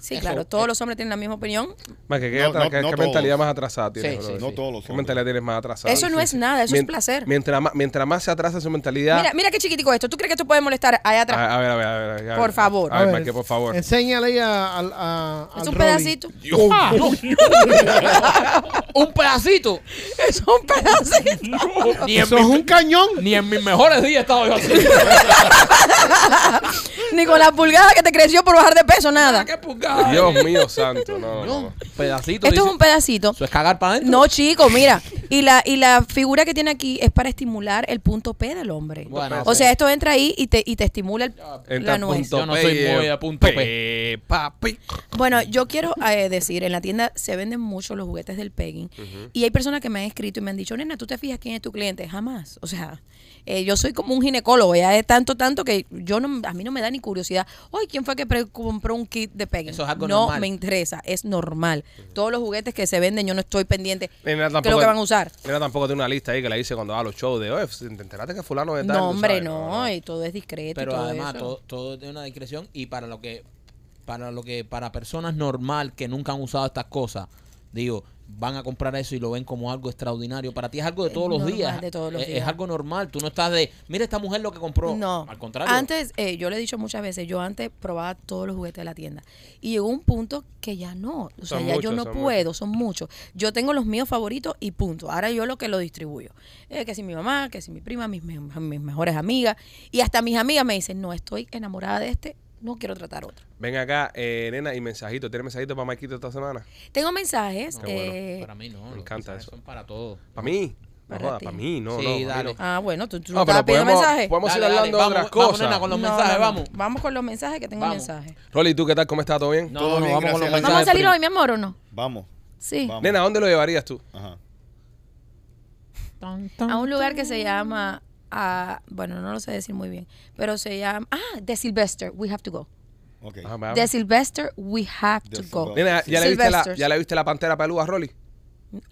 sí, Eso- claro, todos los hombres tienen la misma opinión. Más que qué, No, atra- no, qué- no qué todos. mentalidad más atrasada tienes, Sí, bro? sí, No todos los ¿Qué hombres. mentalidad tienes más atrasada? Eso no es nada, eso es placer. Mientras más, mientras más se atrasa su mentalidad. Mira, mira qué chiquitico esto. ¿Tú crees que esto puede molestar allá atrás? Ah, a, a ver, a ver, a ver, a ver. Por a ver. favor. A ver, Mike, por favor. Enséñale ahí a, al- a- es al un Rolly. pedacito. Ah, [LAUGHS] ¡Un pedacito! Es un pedacito. [LAUGHS] Ni en, Eso es un mis, cañón. ni en mis mejores días estaba yo así. Ni con la pulgada que te creció por bajar de peso, nada. ¡Qué pulgada! Dios mío santo. No, no, no. Pedacito. Esto es dice. un pedacito. Eso es cagar para adentro. No, chico, mira. Y la, y la figura que tiene aquí es para estimular el punto P del hombre. Bueno, o sí. sea, esto entra ahí y te, y te estimula el- Entra la nuez. Yo no soy P, muy a punto P. Papi. Bueno, yo quiero eh, decir, en la tienda se venden mucho los juguetes del pegging. Y hay personas que me han escrito y me han dicho, nena, ¿tú te fijas quién es tu cliente? Jamás. O sea, eh, yo soy como un ginecólogo. Ya es tanto, tanto que yo no, a mí no me da ni curiosidad. Ay, ¿quién fue que pre- compró un kit de pegging? Eso es algo no normal. me interesa. Es normal. Todos los juguetes que se venden, yo no estoy pendiente Nena de tampoco- lo que van a usar. Mira, tampoco tiene una lista ahí que la hice cuando va a los shows de, oye, ¿te enteraste que fulano de tal? No, hombre, ¿sabes? no, y todo es discreto. y pero todo además eso. todo, todo es de una discreción y para lo que para lo que para personas normal que nunca han usado estas cosas digo van a comprar eso y lo ven como algo extraordinario. Para ti es algo de todos los Normal, días. de todos los es, es días. algo normal. Tú no estás de, mira esta mujer lo que compró. No. Al contrario. Antes, eh, yo le he dicho muchas veces, yo antes probaba todos los juguetes de la tienda. Y llegó un punto que ya no. O sea, Son ya yo muchos, no son puedo, son muchos. Yo tengo los míos favoritos y punto. Ahora yo lo que lo distribuyo. Eh, que si mi mamá, que si mi prima, mis, me- mis mejores amigas. Y hasta mis amigas me dicen, no, estoy enamorada de este, no quiero tratar otro. Ven acá, eh, nena, y mensajito. ¿Tienes mensajito para Maikito esta semana? Tengo mensajes. Qué bueno. eh, para mí no. me los encanta mensajes eso. Son para todos. ¿Para mí? No Para jodas, ti. para mí, no, Sí, no, pa' mí dale. no. ah, bueno, tú, tú no No, estabas pero pidiendo podemos, mensajes. podemos ir Dale, dale, hablando de vamos, otras vamos, cosas. nena, con los No, mensajes, no, no. vamos. Vamos con los mensajes que tengo Vamos. mensajes. Rolly, ¿tú qué tal? ¿Cómo estás? ¿Todo bien? No, Todo no, bien, vamos con los gracias a Dios. mensajes. Vamos a salir primero. hoy, mi amor, ¿o no? Vamos. Sí. Vamos. Nena, ¿a dónde lo llevarías tú? Ajá. a un lugar que se llama ah, bueno no lo sé decir muy bien pero se llama ah de Sylvester we have to go Ok. Ah, va. de Sylvester we have to The go Nena, ¿ya le, viste la, Sylvester's. ¿ya le viste la pantera peluda a Rolly?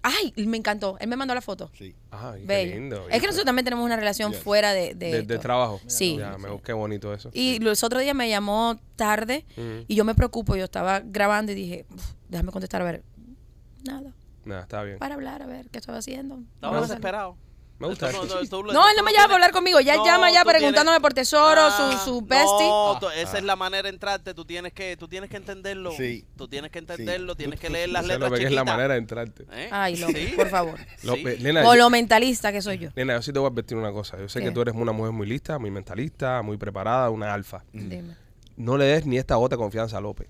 ay me encantó él me mandó la foto Sí. Ay, qué Bello. lindo. es que nosotros también tenemos una relación Yes. fuera de de, De, esto. de trabajo. Sí. Ya, me, qué bonito eso. y los otros días me llamó tarde Mm. y yo me preocupo yo estaba grabando y dije "Uf, déjame contestar a ver nada Nada, está bien. para hablar a ver qué estaba haciendo Estaba desesperado. Me gusta Esto eso. tú lo- no, él no tú me llama tienes- para hablar conmigo. Ya No, llama ya tú tienes- preguntándome por tesoro, Ah, su, su bestie. Ah. No, tú- esa es la manera de entrarte. Tú tienes que, tú tienes que entenderlo. Sí. Tú tienes que Sí. entenderlo. Tienes que leer No las sé letras lo que chiquitas. es la manera de entrarte. ¿Eh? Ay, López, Sí. por favor. López, Sí. nena, O yo- lo mentalista que soy yo. nena, yo sí te voy a advertir una cosa. Yo sé que ¿Qué? tú eres una mujer muy lista, muy mentalista, muy preparada, una alfa. Mm. Dime. No le des ni esta gota de confianza a López.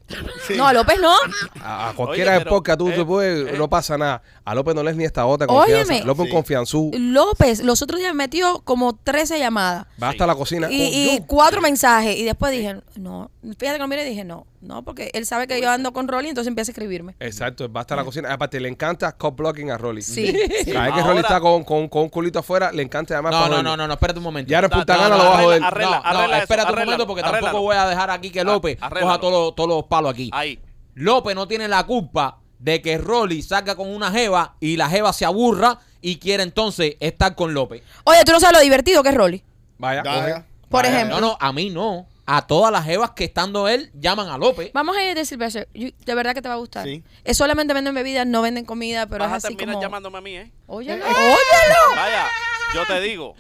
No, a López no. A, a cualquiera Oye, de pero, podcast tú, eh, tú puedes, eh. no pasa nada. A López no le des ni esta gota de confianza. Óyeme. López un Sí. Uh. confianzú. López, los otros días me metió como 13 llamadas Va hasta la cocina. oh, Oh, y, y cuatro mensajes. Y después dije, no, fíjate que lo miré y dije, no, no, porque él sabe que yo ando con Rolly, entonces empieza a escribirme. Exacto, va hasta la cocina. Aparte, le encanta cop blocking a Rolly. Sí. [LAUGHS] Cada vez que Ahora- Rolly está con, con, con un culito afuera, le encanta llamar No, para no, Rolly. no, no, no, espérate un momento. Ya eres No, puta no, gana, no, lo vas a no, joder. no, Arregla, no, arregla eso, espérate un arréglalo, momento porque arréglalo. tampoco voy a dejar aquí que López coja arréglalo. todos los- todos los palos aquí. Ahí. López no tiene la culpa de que Rolly salga con una jeva y la jeva se aburra y quiere entonces estar con López. Oye, tú no sabes lo divertido que es Rolly. Vaya, Dale. coge. Por Vaya, ejemplo. No, no, a mí no. A todas las jevas que estando él llaman a López. Vamos a ir de Silvestre. Yo- De verdad que te va a gustar. Sí. Es solamente venden bebidas, no venden comida, pero Vas es a así terminar como. llamándome a mí, ¿eh? Óyelo. Eh, eh. Óyelo. Vaya, yo te digo.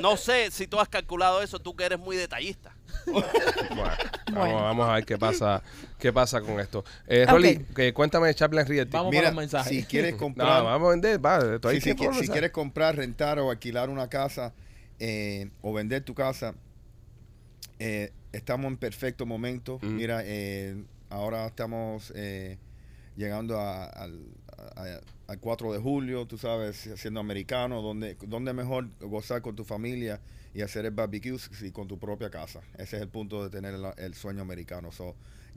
No sé si tú has calculado eso, tú que eres muy detallista. Bueno, Bueno. Vamos, vamos a ver qué pasa, qué pasa con esto. Eh, Ok. Rolly, que cuéntame de Chaplin Realty. Vamos para Mira, los mensajes. si quieres [LAUGHS] No, comprar. vamos a vender, va, tú ahí Sí, si, tienes qui- que si pensar. quieres comprar, rentar o alquilar una casa eh, o vender tu casa, eh, estamos en perfecto momento. Mm. Mira, eh, ahora estamos eh, llegando a- al a- al 4 de julio, tú sabes, siendo americano, donde, donde mejor gozar con tu familia y hacer el barbecue si con tu propia casa. Ese es el punto de tener el, el sueño americano. So,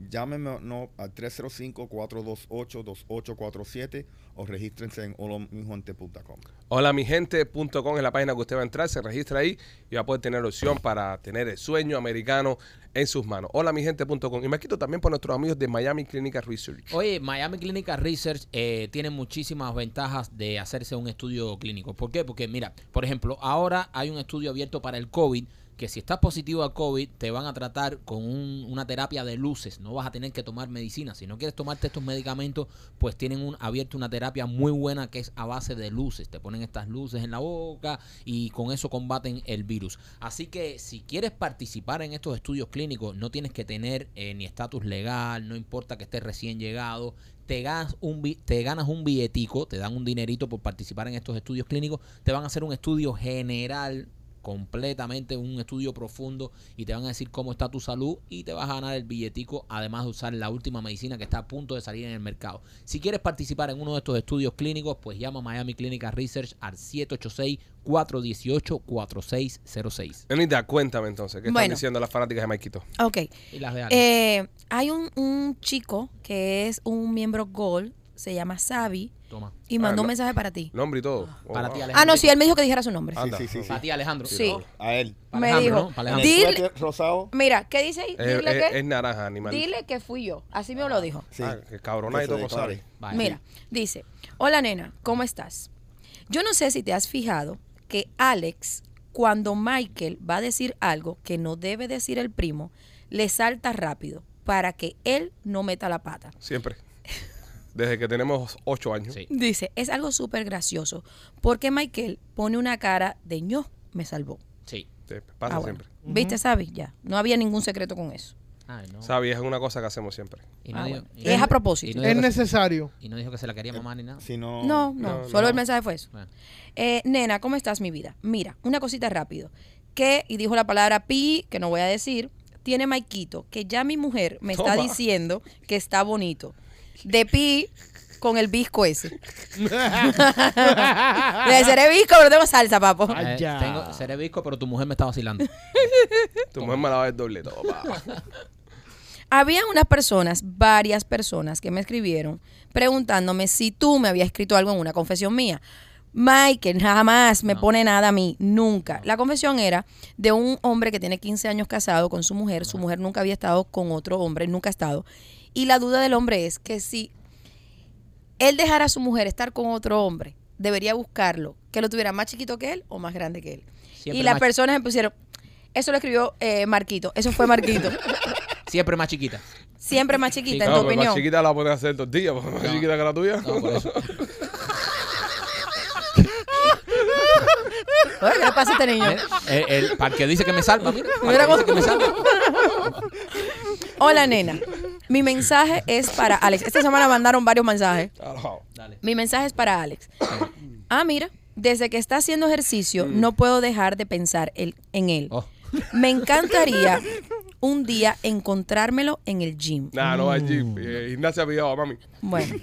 llámenme no, al 305-428-2847 o regístrense en holomijonte.com. Hola, mi gente.com es la página que usted va a entrar, se registra ahí y va a poder tener la opción para tener el sueño americano en sus manos. Hola, mi gente.com. Y me quito también por nuestros amigos de Miami Clinical Research. Oye, Miami Clinical Research eh, tiene muchísimas ventajas de hacerse un estudio clínico. ¿Por qué? Porque mira, por ejemplo, ahora hay un estudio abierto para el COVID que si estás positivo a COVID te van a tratar con un- una terapia de luces, no vas a tener que tomar medicina. Si no quieres tomarte estos medicamentos, pues tienen un, abierto una terapia muy buena que es a base de luces. Te ponen estas luces en la boca y con eso combaten el virus. Así que si quieres participar en estos estudios clínicos, no tienes que tener eh, ni estatus legal, no importa que estés recién llegado, te ganas un bi- te ganas un billetico, te dan un dinerito por participar en estos estudios clínicos, te van a hacer un estudio general completamente un estudio profundo y te van a decir cómo está tu salud y te vas a ganar el billetico además de usar la última medicina que está a punto de salir en el mercado. Si quieres participar en uno de estos estudios clínicos, pues llama a Miami Clinical Research al 786 418 4606. Nenita, cuéntame entonces, ¿qué están Bueno. diciendo las fanáticas de Maikito? Ok. Y las de Ale. Eh, hay un, un chico que es un miembro Gold, se llama Sabi, Toma. y mandó Ah, un no. mensaje para ti. Nombre y todo. Oh, Para ti, Alejandro. Ah, no, sí, él me dijo que dijera su nombre. Anda. Sí, sí, sí. Para ti, Alejandro. Oh, Sí. A él. Para me Alejandro, dijo, ¿no? Para Alejandro. dile, Suéter rosado. mira, ¿qué dice ahí? Eh, Dile eh, que, es naranja, animal. dile que fui yo. Así me lo dijo. Sí. Ah, que cabronada Que y se todo lo declare. sabe. Vaya. Mira, dice, hola nena, ¿cómo estás? Yo no sé si te has fijado que Alex, cuando Michael va a decir algo que no debe decir el [LAUGHS] primo, le salta rápido para que él no meta la pata. Siempre. desde que tenemos ocho años. Sí. Dice, es algo súper gracioso. Porque Michael pone una cara de ño, me salvó. Sí. Sí, pasa Ah, bueno. siempre. ¿Viste, sabes? Ya. No había ningún secreto con eso. Ay, Ah, no. Sabi, es una cosa que hacemos [LAUGHS] siempre. Y no Ah, dijo- bueno. Es a propósito. Y no, Es dijo que, se- necesario. y no dijo que se la quería mamá ni nada. Si no, No, no, no, solo no. el mensaje fue eso. Bueno. Eh, nena, ¿cómo estás, mi vida? Mira, una cosita rápido. Que, y dijo la palabra pi, que no voy a decir, tiene Maikito, que ya mi mujer me está Toma. diciendo que está bonito. De pi con el bisco ese. [LAUGHS] Le seré bisco, pero tengo salsa, papo. Ay, Eh, ya. tengo cerebisco, pero tu mujer me está vacilando. Tu mujer me la va a ver doble todo. pa. Había unas personas, varias personas que me escribieron preguntándome si tú me había escrito algo en una confesión mía. Michael, jamás me No. pone nada a mí, nunca. La confesión era de un hombre que tiene 15 años casado con su mujer, su mujer nunca había estado con otro hombre, nunca ha estado. Y la duda del hombre es que si él dejara a su mujer estar con otro hombre, debería buscarlo, que lo tuviera más chiquito que él o más grande que él. Siempre y las más- personas me pusieron, eso lo escribió eh, Marquito, eso [LAUGHS] fue Marquito. Siempre más [LAUGHS] chiquita. Siempre más chiquita, Sí, en claro, tu No, pero opinión. más chiquita la pones a hacer tortilla, pues, [LAUGHS] más No. chiquita que la tuya. No, por [LAUGHS] eso. Oye, ¿Qué le pasa a este ¿Eh? niño? el, Eh, el- para el que dice que me salva, mira. para Mira el que dice cómo- que me salva. Hola, nena. Mi mensaje es para Alex. Esta semana mandaron varios mensajes. Alao. Dale. Mi mensaje es para Alex. Ah, mira, desde que está haciendo ejercicio, Mm. no puedo dejar de pensar el- en él. Oh. Me encantaría un día encontrármelo en el gym. Nah, no va allí. Mm. Eh, Ignacia pillado, mami. [LAUGHS] Bueno,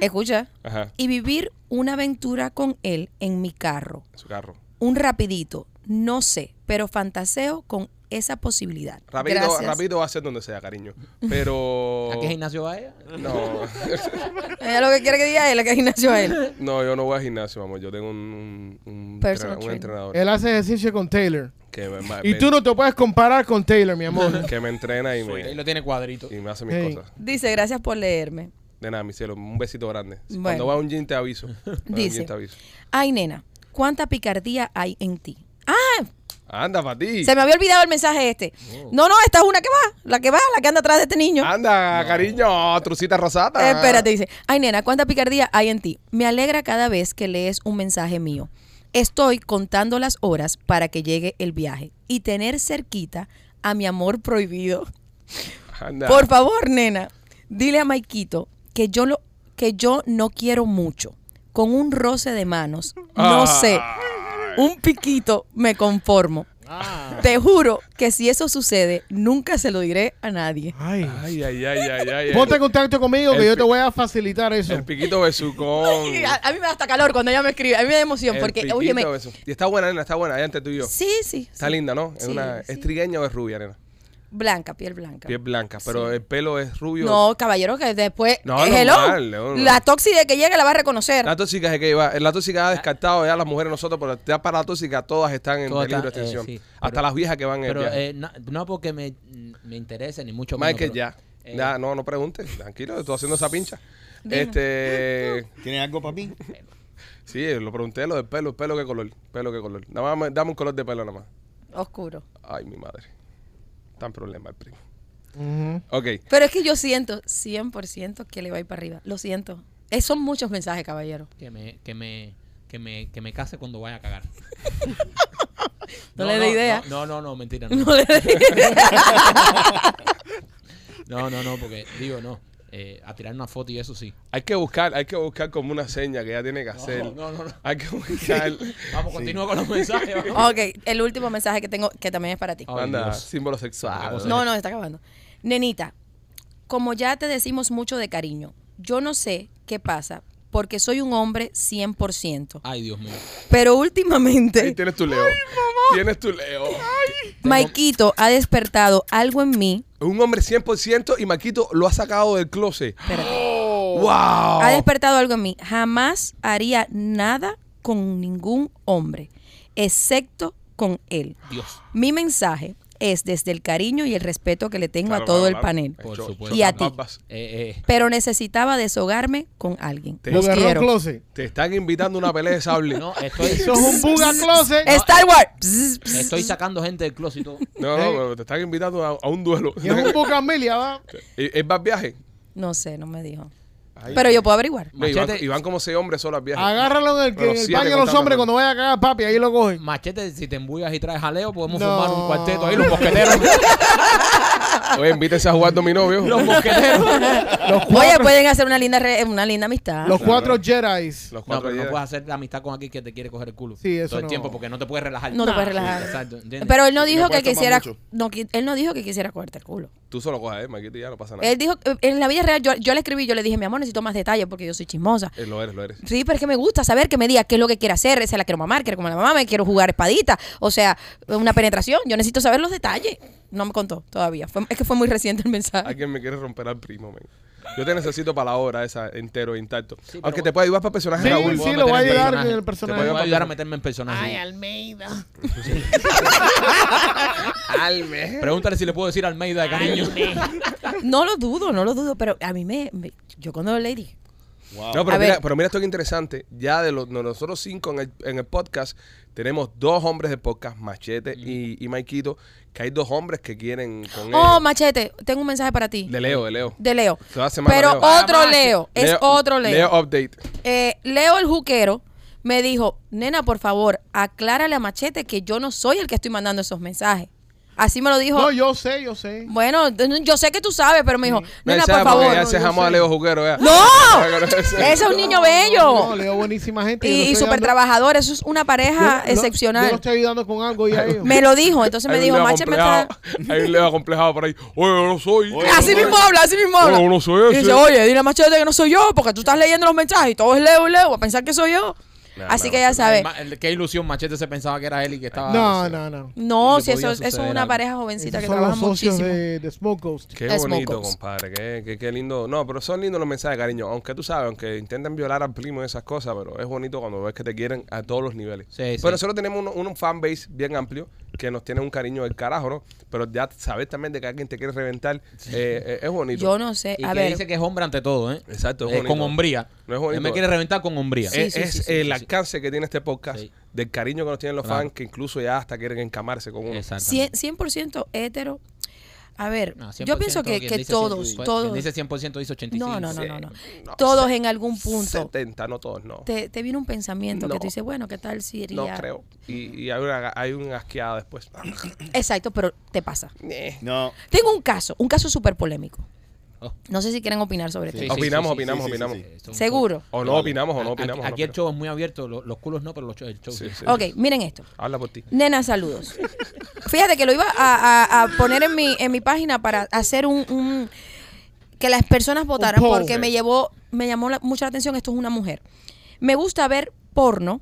escucha. Ajá. Y vivir una aventura con él en mi carro. Su carro. Un rapidito, no sé, pero fantaseo con esa posibilidad. Rapidito, Gracias. rapidito va a ser donde sea, cariño. Oh. [LAUGHS] Pero. ¿A qué gimnasio va ella? No. Ella lo que quiere que diga es la que Ignacio a él. No, yo no voy al gimnasio, vamos. Yo tengo un, un, un Personal entrena- un trainer. entrenador Él hace ejercicio con Taylor. que, me, me- Y tú no te puedes comparar con Taylor, [LAUGHS] mi amor. que me entrena y me, Ahí lo tiene cuadrito. y me hace mis Hey. cosas. Dice, gracias por leerme. De nada, mi cielo, un besito grande. Si- Bueno. Cuando va a un gym te aviso. Cuando va a un Dice. gym te aviso. Ay, nena, cuánta picardía hay en ti. Ah, Anda, para ti. se me había olvidado el mensaje este. No, no, esta es una que va, la que va, la que anda atrás de este niño. Anda, cariño, trucita rosada. Eh, Espérate, dice, ay nena, cuánta picardía hay en ti. Me alegra cada vez que lees un mensaje mío. Estoy contando las horas para que llegue el viaje y tener cerquita a mi amor prohibido. Anda. Por favor, nena, dile a Maikito que yo lo que yo no quiero mucho. Con un roce de manos, Ah. no sé, un piquito me conformo. Te juro que si eso sucede, nunca se lo diré a nadie. Ay. Ay, ay, ay, ay, ay. Ponte en el, contacto conmigo que el yo te pi- voy a facilitar eso. el piquito [LAUGHS] besucón. Y A, a mí me da hasta calor cuando ella me escribe, a mí me da emoción El porque, piquito óyeme, besu- Y está buena, nena, está buena. Allá antes tú y yo. sí, sí, Está sí. linda, ¿no? Es, Sí, una, ¿Es sí. trigueña o es rubia, nena? Blanca, piel blanca. Piel blanca, pero Sí. el pelo es rubio. No, caballero, que después, No, eh, no, hello, mal, no, no. la tóxica de que llegue la va a reconocer. La tóxica es que iba. La Ah. tóxica ha descartado ya las mujeres nosotros, pero ya para la tóxica todas están en Todas peligro de están, eh, extinción. sí, Hasta pero- las viejas que van en el Pero viaje. eh, no, no porque me, me interese ni mucho menos, Michael, pero- ya. eh, ya, no, no preguntes. Tranquilo, estoy haciendo esa pincha. Dime. Este. ¿Tienes algo para mí? Sí, lo pregunté lo del pelo, el pelo qué color, pelo qué color. Nada más, dame un color de pelo nada más. Oscuro. Ay, mi madre. Tan problema el primo. Ujú. Ok. Pero es que yo siento 100% que le va a ir para arriba. Lo siento. Eh, son muchos mensajes, caballero. [LAUGHS] Que me, que me, que me, que me case cuando vaya a cagar. No le dé idea. No, no, no, mentira. No, [LAUGHS] No le no, no, no, porque digo, no. eh, a tirar una foto y eso sí. Hay que buscar, hay que buscar como una seña que ya tiene que No, hacer. no, no, no. Hay que buscar. Vamos, continúa con los mensajes. vamos. ok, el último mensaje que tengo, que también es para ti. Ay, Anda, Dios. símbolo sexual. No, no, está acabando. Nenita, como ya te decimos mucho de cariño, yo no sé qué pasa porque soy un hombre 100%. Ay, Dios mío. Pero Ahí últimamente, tienes tu Leo. Tienes tu Leo. Maikito ha despertado algo en mí. Un hombre 100% y Maquito lo ha sacado del closet. Espérate. ¡Wow! Ha despertado algo en mí. Jamás haría nada con ningún hombre, excepto con él. Dios. Mi mensaje es desde el cariño y el respeto que le tengo Claro, a todo claro, el claro. panel. Por Cho- supuesto. Y a chocan ti. barbas. Eh, eh, Pero necesitaba deshogarme con alguien. Te- Los Bugarrón quiero. Closet. Te están invitando a una pelea de sable. no, eh. estoy, Eso es un buga closet. Star Wars. Bzz, bzz. estoy sacando gente del closet. y todo. No, no, pero te están [LAUGHS] invitando a, a un duelo. Y es un buga milia, ¿va? ¿Es va al viaje? No sé, no me dijo. Ay, Pero yo puedo averiguar. no, y, van, Machete- y van como seis hombres solo al viaje. Agárralo en el, que- Los en el siete baño de los contando hombres a cuando vaya a cagar papi, ahí lo cogen. Machete, si te embullas y traes jaleo, podemos No. formar un cuarteto ahí, los mosqueteros. Oye, invítense a jugar dominó, viejo. los mosqueteros. Los Oye, cuatro, pueden hacer una linda re- una linda amistad. los cuatro Jedi. Los No, cuatro pero no Jedi. puedes hacer amistad con alguien que te quiere coger el culo. Sí, eso Todo el no. tiempo, porque no te puedes relajar. No te puedes relajar. Exacto, ¿entiendes? Pero él no No dijo que puedes tomar quisiera mucho. no, qui- él no dijo que quisiera cogerte el culo. Tú solo cojas, eh, Maquito, y ya no pasa nada. Él dijo eh, en la vida real yo, yo le escribí, yo le dije, "Mi amor, necesito más detalles porque yo soy chismosa." Eh, lo eres, lo eres. Sí, pero es que me gusta saber que me diga qué es lo que quiere hacer, se la quiero mamar, quiero como la mamá, me quiero jugar espadita, o sea, una penetración, yo necesito saber los detalles. No me contó todavía, Fue- es que fue muy reciente el mensaje. Alguien me quiere romper al primo, men. Yo te necesito para la obra esa entero, intacto. Aunque te puede ayudar para el personaje Sí, Raúl. sí, lo voy meter a ayudar en personaje. el Te personaje. voy a ayudar a meterme en personaje. Ay, Almeida. Almeida. Pregúntale si le puedo decir Almeida de cariño. Ah, No lo dudo, no lo dudo, pero a mí me, me- yo cuando lo leí dije, No, pero A mira, ver. pero mira esto que interesante. Ya de, los, de nosotros cinco en el, en el podcast, tenemos dos hombres de podcast, Mm. Machete y, y Maikito, que hay dos hombres que quieren con "Oh, ellos. machete, tengo un mensaje para ti." De Leo, de Leo. de Leo. Toda semana, Pero Leo. otro Leo, es otro Leo. Leo Update. Eh, Leo el juquero me dijo, nena, por favor, aclárale a Machete que yo no soy el que estoy mandando esos mensajes. Así me lo dijo. No, yo sé, yo sé. Bueno, yo sé que tú sabes, pero me dijo, No, él nena, sabe por porque favor. Ya no, se yo llamó sé. a Leo Juguero. ya. ¡No! Ya Ese conoce. es un niño No, bello. Leo, buenísima gente. yo y lo y estoy súper ayudando. trabajador. Eso es una pareja Yo- yo- excepcional. Yo lo estoy ayudando con algo y a ellos. Me lo dijo. Entonces Hay me un dijo, Leo Machete me está... acomplejado- Hay un Leo acomplejado por ahí. Oye, yo no soy. Así mismo habla, así mismo habla. Bueno, no soy Y ese. dice, oye, dile a Machete que no soy yo, porque tú estás leyendo los mensajes y todo es Leo, Leo, a pensar que soy yo. Nah, así nah, que ya sabes. Ma- [LAUGHS] el- Qué ilusión, Machete se pensaba que era él y que estaba. No, no, no. No, le si eso, podía eso es suceder una algo. pareja jovencita Esos que son trabaja los socios muchísimo. de, de Smoke Ghost. Qué Es bonito, mocos. compadre. Qué, qué, qué lindo. No, pero son lindos los mensajes, cariño. Aunque tú sabes, aunque intenten violar al primo y esas cosas, pero es bonito cuando ves que te quieren a todos los niveles. Sí, sí. pero nosotros tenemos un, un fanbase bien amplio que nos tiene un cariño del carajo, ¿no? Pero ya saber también de que alguien te quiere reventar eh, eh, es bonito. Yo no sé. Y A que ver, dice que es hombre ante todo, ¿eh? Exacto, es Eh, bonito. con hombría. No es bonito. Él me quiere reventar con hombría. Sí, es sí, es sí, sí, el sí, alcance que tiene este podcast, Sí. del cariño que nos tienen los Claro. fans, que incluso ya hasta quieren encamarse con uno. Exacto. cien- 100% hétero. A ver, No, 100% yo pienso que, quien que dice todos, 100%, todos. Quien dice 100% dice 85. No, no, no, Sí. no, no. No, Todos se- en algún punto 70, no todos, no. te, te viene un pensamiento No. que tú dices, bueno, ¿qué tal si iría? No creo. Y, y hay, una, hay una asqueada [LAUGHS] después. Exacto, pero te pasa. Eh. No. Tengo un caso, un caso súper polémico. Oh. No sé si quieren opinar sobre esto. Sí, opinamos, sí, sí, opinamos, sí, sí, opinamos. sí, Eh, son- Seguro. O no opinamos, o no Aquí- opinamos. o no Aquí el opinamos. show es muy abierto. lo- Los culos no, pero los show- el show sí. Sí, sí. Ok, miren esto. Habla por ti. Nena, saludos. Fíjate que lo iba a, a- a poner en mi, en mi página para hacer un, un- que las personas votaran poll. porque me llevó, me llamó la- mucho la atención, esto es una mujer. Me gusta ver porno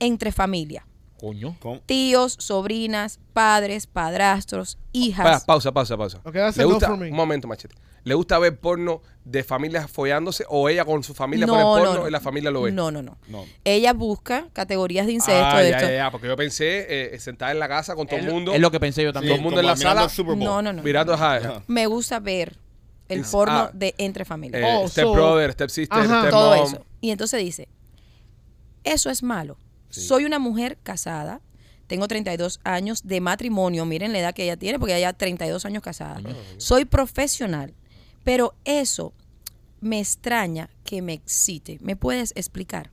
entre familia. Coño. ¿Cómo? Tíos, sobrinas, padres, padrastros, Pa- hijas. pausa, pausa, pausa. Ok, that's Le enough gusta, for me. un momento, machete. ¿Le gusta ver porno de familias follándose o ella con su familia pone no, porno no, no. y la familia lo ve? No, no, no. No. Ella busca categorías de incesto. ah, de ya, esto. ya, ya, porque yo pensé eh, sentada en la casa con todo el mundo, Es lo que pensé yo también. el mundo en la como mirando sala. el Super Bowl. No, no, no. mirando ajá, Ajá. Me gusta ver el Ah. porno de entre familia. eh, Oh, step so- brother, step sister, Ajá. step todo mom. eso. Y entonces dice, eso es malo. Soy una mujer casada, tengo 32 años de matrimonio, miren la edad que ella tiene, porque ella ya 32 años casada. Soy profesional, pero eso me extraña que me excite. ¿Me puedes explicar?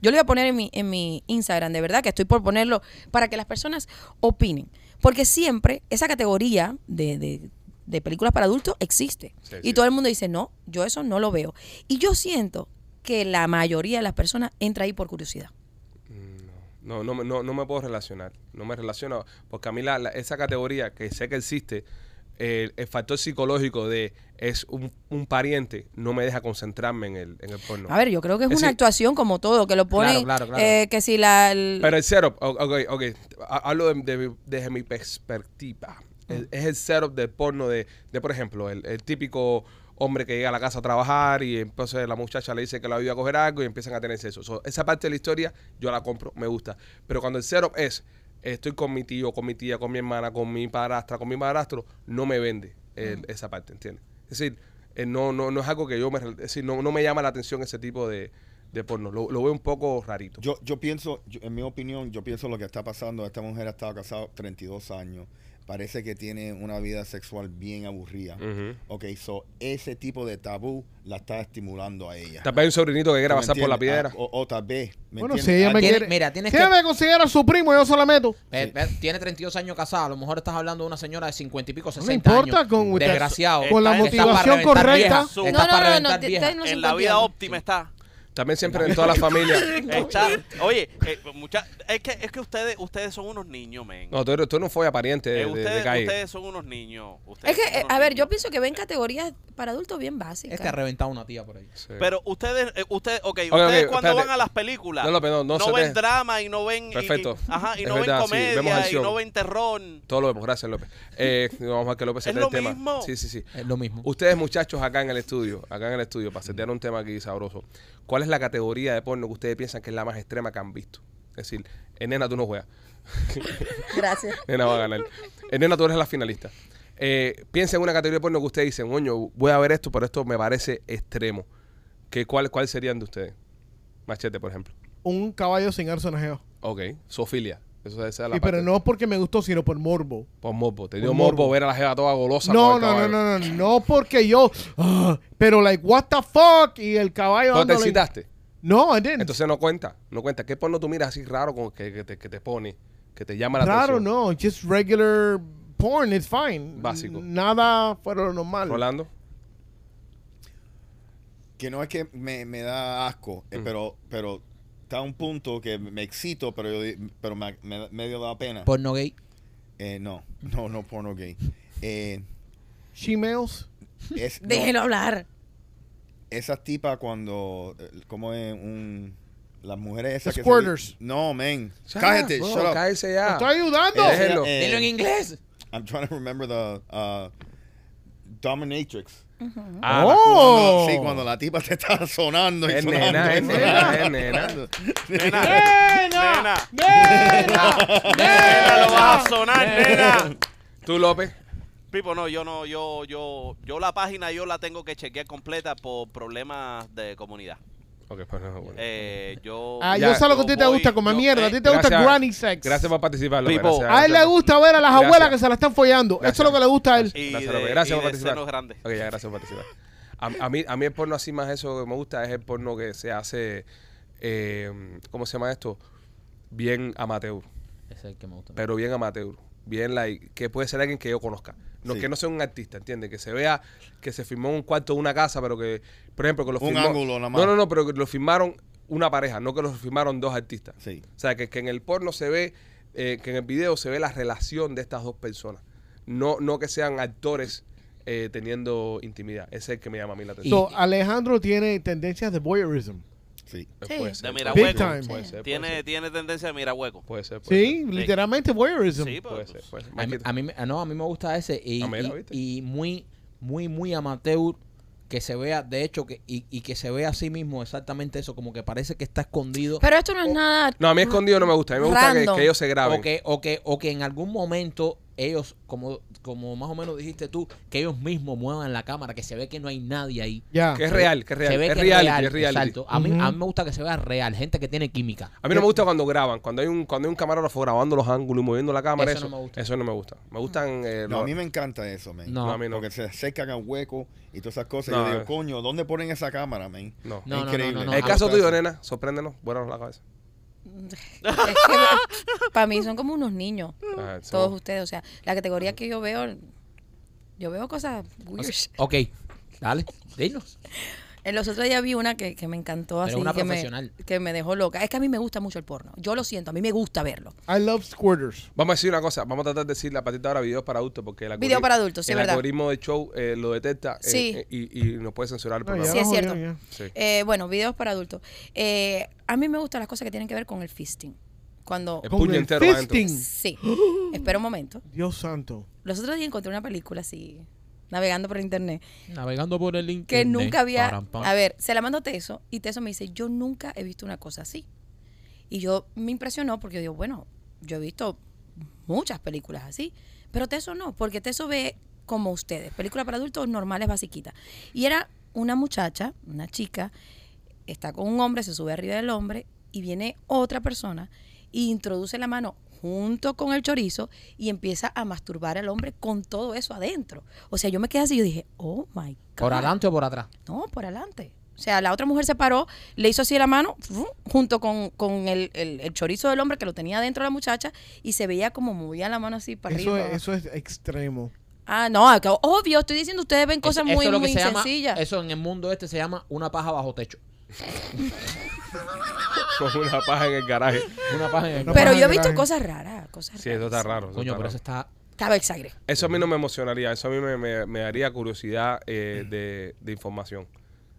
Yo lo voy a poner en mi, en mi Instagram, de verdad, que estoy por ponerlo para que las personas opinen. Porque siempre esa categoría de, de- de películas para adultos existe. Sí, y sí. todo el mundo dice, no, yo eso no lo veo. Y yo siento que la mayoría de las personas entra ahí por curiosidad. No, no, me- no, no me puedo relacionar. No me relaciono. Porque a mí la- la- esa categoría que sé que existe, eh, el factor psicológico de es un, un pariente, no me deja concentrarme en el, en el porno. A ver, yo creo que es, Es una decir- actuación como todo, que lo ponen, claro, claro. eh, que si la... el- Pero el setup, o- ok, ok. ha- Hablo de- de- desde mi perspectiva. Es, es el setup del porno de, de, por ejemplo, el, el típico hombre que llega a la casa a trabajar y entonces la muchacha le dice que la ayuda a coger algo y empiezan a tener sexo. So, esa parte de la historia yo la compro, me gusta. Pero cuando el setup es, estoy con mi tío, con mi tía, con mi hermana, con mi padrastra, con mi padrastro, no me vende eh, esa parte, ¿entiendes? Es decir, eh, no, no, no es algo que yo me... re- Es decir, no, no me llama la atención ese tipo de, de porno. Lo, lo veo un poco rarito. Yo, yo pienso, yo- en mi opinión, yo pienso lo que está pasando. Esta mujer ha estado casada 32 años. parece que tiene una vida sexual bien aburrida. Ujú. Ok, so ese tipo de tabú la está estimulando a ella. Tal vez hay un sobrinito que quiera ¿Me pasar por la entiendes? piedra. Ah, o, o tal vez. ¿me Bueno, si ella entiendes? me ah, Alguien- Tiene- quiere. mira, tienes si que- ella me considera su primo, yo se la meto. Ve- Eh, ve, tiene 32 años casada. A lo mejor estás hablando de una señora de 50 y pico, 60 importa, años. con- Desgraciado. con la Está- está para motivación reventar correcta. vieja, No, está no, para no, no, reventar te- vieja. está en- no se en la está vida viendo. óptima está. También siempre en toda la familia. Está, oye, eh, mucha- es que es que ustedes ustedes son unos niños, men. No, tú, eres- tú no fue pariente de, Eh, de- de ustedes, calle. ustedes son unos niños. ustedes Es que, son eh, unos a ver, niños. yo pienso que ven categorías para adultos bien básicas. Este ha reventado una tía por ahí. Sí. Pero ustedes, eh, ustedes, ok, ok, ustedes cuando espérate. van a las películas, No, López, no, no se ven te- drama y no ven, y- Perfecto. y, ajá, y Es no verdad, ven sí, vemos comedia y acción. no ven terror. Todo lo vemos, gracias [LAUGHS] López. Eh, vamos a ver que López se Es trae lo el tema. mismo. Sí, sí, sí. Es lo mismo. Ustedes muchachos acá en el estudio, acá en el estudio, para setear un tema aquí sabroso, ¿cuál es la categoría de porno que ustedes piensan que es la más extrema que han visto? Es decir, en nena tú no juegas, [LAUGHS] Gracias. nena va a ganar. En nena tú eres la finalista. Eh, piensa en una categoría de porno que ustedes dicen, coño, voy a ver esto, pero esto me parece extremo. ¿Qué, cuál, ¿Cuál serían de ustedes? Machete, por ejemplo. Un caballo sin arsenajeo. Ok, zoofilia. Eso esa es la Y pero parte- no porque me gustó, sino por morbo. Por morbo. Te Por dio morbo, morbo. ver a la jeva toda golosa. No, con el no, no, caballo. no, no, no porque yo. ah, pero like what the fuck y el caballo. ¿No te dándole- excitaste? No, I didn't. Entonces no cuenta, no cuenta. ¿Qué porno tú miras así raro con que, que te, que te pone, que te llama la Claro, atención? no, just regular porn, it's fine. Básico. Nada fuera de lo normal. Rolando. que no es que me, me da asco, eh, Mm. pero, pero está a un punto que me excito, pero, yo, di- pero me, me- medio da pena. Porno gay. Eh, no, no, no porno gay. Eh, Shemales. [LAUGHS] es, no, Déjenlo hablar. esas tipas cuando, eh, como es un... Las mujeres esas que se- Squirters. no, man. Cállate, bro, shut up. cállese ya. Estoy ayudando. Eh, Déjelo. eh, Dilo en inglés. I'm trying to remember the uh, Dominatrix. Ah, oh. Cuando- sí, cuando la tipa te está sonando y Es sonando. nena, y es sonando, nena, y es nena. [LAUGHS] sonando. ¡Nena! Nena, Ah, ¡Nena! [LAUGHS] nena, lo vas a sonar, nena. Tú, López. Pipo, no, yo no, yo, yo, yo la página yo la tengo que chequear completa por problemas de comunidad. Ok, pues no, bueno. Eh, yo. Ah, Ya, yo sé lo que a ti te voy- gusta, come yo- mierda. A eh, ti te gusta Gracias- granny sex. Gracias por participar, López. Pipo. gracias, A él le gracias. gusta ver a las Gracias. abuelas que se la están follando. Eso es lo que le gusta a él. Y Gracias, de- López. Gracias y por de participar. senos grandes. Ok, ya, gracias por participar. A, a mí, a mí el porno así más eso que me gusta es el porno que se hace, eh, ¿cómo se llama esto? Bien amateur. Ese es el que me gusta. pero bien amateur. Bien, like, que puede ser alguien que yo conozca. No Sí. que no sea un artista, ¿entiendes? Que se vea que se firmó en un cuarto de una casa, pero que, por ejemplo, que lo Un firmó- ángulo nada más. No, no, no, pero que lo firmaron una pareja, no que lo firmaron dos artistas. Sí. O sea, que, que en el porno se ve, eh, que en el video se ve la relación de estas dos personas. No, no que sean actores eh, teniendo intimidad. Ese es el que me llama a mí la atención. So, Alejandro tiene tendencias de voyeurism. Sí. Pues Sí. puede ser, De puede Mirahueco. ser, Big time. puede ser, puede Tiene, ser. tiene tendencia de mirar hueco. Puede ser, puede Sí, ser. literalmente voyeurism. Sí, pues, Puede ser, puede ser. A mí, Maquito. a mí me- ah, no, a mí me gusta ese y, Ah, mira, y- ¿viste? y muy, muy, muy amateur que se vea, de hecho, que y, y que se vea a sí mismo exactamente eso, como que parece que está escondido Pero esto no es [LAUGHS] nada. No, a mí escondido no me gusta. A mí me gusta que, Random. que ellos se graben. o que, o que, o que en algún momento ellos, como, como más o menos dijiste tú, que ellos mismos muevan la cámara, que se ve que no hay nadie ahí. Ya. Que es real, que es real. Se ve es que reality, real, es reality. exacto. A mí, Ujú. a mí me gusta que se vea real, gente que tiene química. A mí no me gusta cuando graban, cuando hay un cuando hay un camarógrafo grabando los ángulos y moviendo la cámara, eso, Eso no me gusta. eso no me gusta. Me gustan eh, No, los- a mí me encanta eso, man. No. no, a mí no. Porque se acercan a un hueco y todas esas cosas. No, yo digo, eh. coño, ¿dónde ponen esa cámara, man? No. No, no, no, Increíble. no, no. el a- caso gusta tuyo, eso. nena, sorpréndenos, vuélanos la cabeza. Para mí son como unos niños. Mm. Ah, sí. Todos ustedes. O sea, la categoría que yo veo. Yo veo cosas O weird. sea, ok, dale, dinos. En los otros días vi una que, que me encantó así. Pero una que, profesional. Me, que me dejó loca. Es que a mí me gusta mucho el porno. Yo lo siento, a mí me gusta verlo. I love squirters. Vamos a decir una cosa, vamos a tratar de decir la patita ahora videos para adultos, porque el Video algoritmo- para adultos, sí, el es verdad. algoritmo de show eh, lo detecta eh, Sí. eh, y, y nos puede censurar el No, ya programa. Sí, lo es jodieron, cierto. ya. Sí. [LAUGHS] Eh, bueno, videos para adultos. Eh, a mí me gustan las cosas que tienen que ver con el fisting. Cuando. El Con puño el entero va adentro. fisting. Sí. [GASPS] Espera un momento. Dios santo. Los otros días encontré una película así, navegando por internet, Navegando por el que internet. nunca había. Param, pam. A ver, se la mando a Teso y Teso me dice: Yo nunca he visto una cosa así. Y yo me impresionó porque yo digo: Bueno, yo he visto muchas películas así, pero Teso no, porque Teso ve como ustedes, películas para adultos normales, basiquitas. Y era una muchacha, una chica, está con un hombre, se sube arriba del hombre y viene otra persona y introduce la mano junto con el chorizo y empieza a masturbar al hombre con todo eso adentro. O sea, yo me quedé así y yo dije, oh my God. ¿Por adelante o por atrás? No, por adelante. O sea, la otra mujer se paró, le hizo así de la mano, ¡fum! junto con, con el, el- el chorizo del hombre que lo tenía dentro la muchacha, y se veía como movía la mano así para Eso arriba. es, eso es extremo. Ah, no, acá- obvio, estoy diciendo, ustedes ven cosas Eso- eso muy, es lo que muy se llama- sencillas. eso en el mundo este se llama una paja bajo techo. Con una paja en el garaje. Una paja en el No, pero para yo he el visto garaje. cosas raras, cosas Sí, raras. eso está raro. eso Coño, pero está raro. eso está. Estaba exagerado. Eso a mí no me emocionaría, eso a mí me, me- me daría curiosidad eh, de, de información.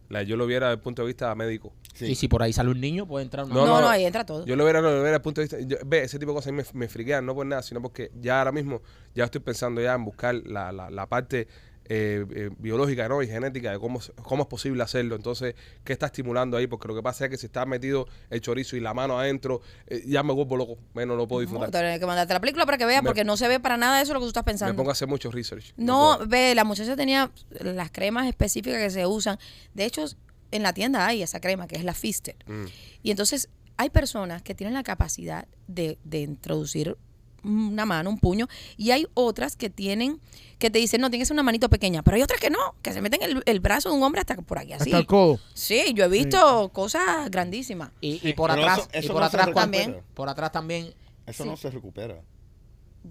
La, yo lo viera desde el punto de vista médico. Sí. Y si por ahí sale un niño, puede entrar una No, No, no, no, no. ahí entra todo. Yo lo viera, lo viera desde el punto de vista... yo- ve, ese tipo de cosas a mí me, me friquean, no por nada, sino porque ya ahora mismo ya estoy pensando ya en buscar la, la- la parte eh, eh, biológica ¿no? y genética de cómo, es- cómo es posible hacerlo. Entonces, ¿qué está estimulando ahí? Porque lo que pasa es que si está metido el chorizo y la mano adentro, eh, ya me vuelvo loco, menos lo puedo Bueno, disfrutar. Tienes que mandarte la película para que veas, Me- porque no se ve para nada eso lo que tú Me estás pongo pensando. a hacer mucho research. No, puedo. ve, la muchacha tenía las cremas específicas que se usan. De hecho, en la tienda hay esa crema, que es la Fister. Mm. Y entonces hay personas que tienen la capacidad de, de introducir una mano, un puño, y hay otras que tienen, que te dicen, no, tienes una manito pequeña, pero hay otras que no, que se meten el, el brazo de un hombre hasta por aquí, así. Hasta el codo. Sí, yo he visto cosas grandísimas. Y, y por Pero atrás, eso- eso y por no se atrás recupera. también. Por atrás también. Eso Sí. no se recupera.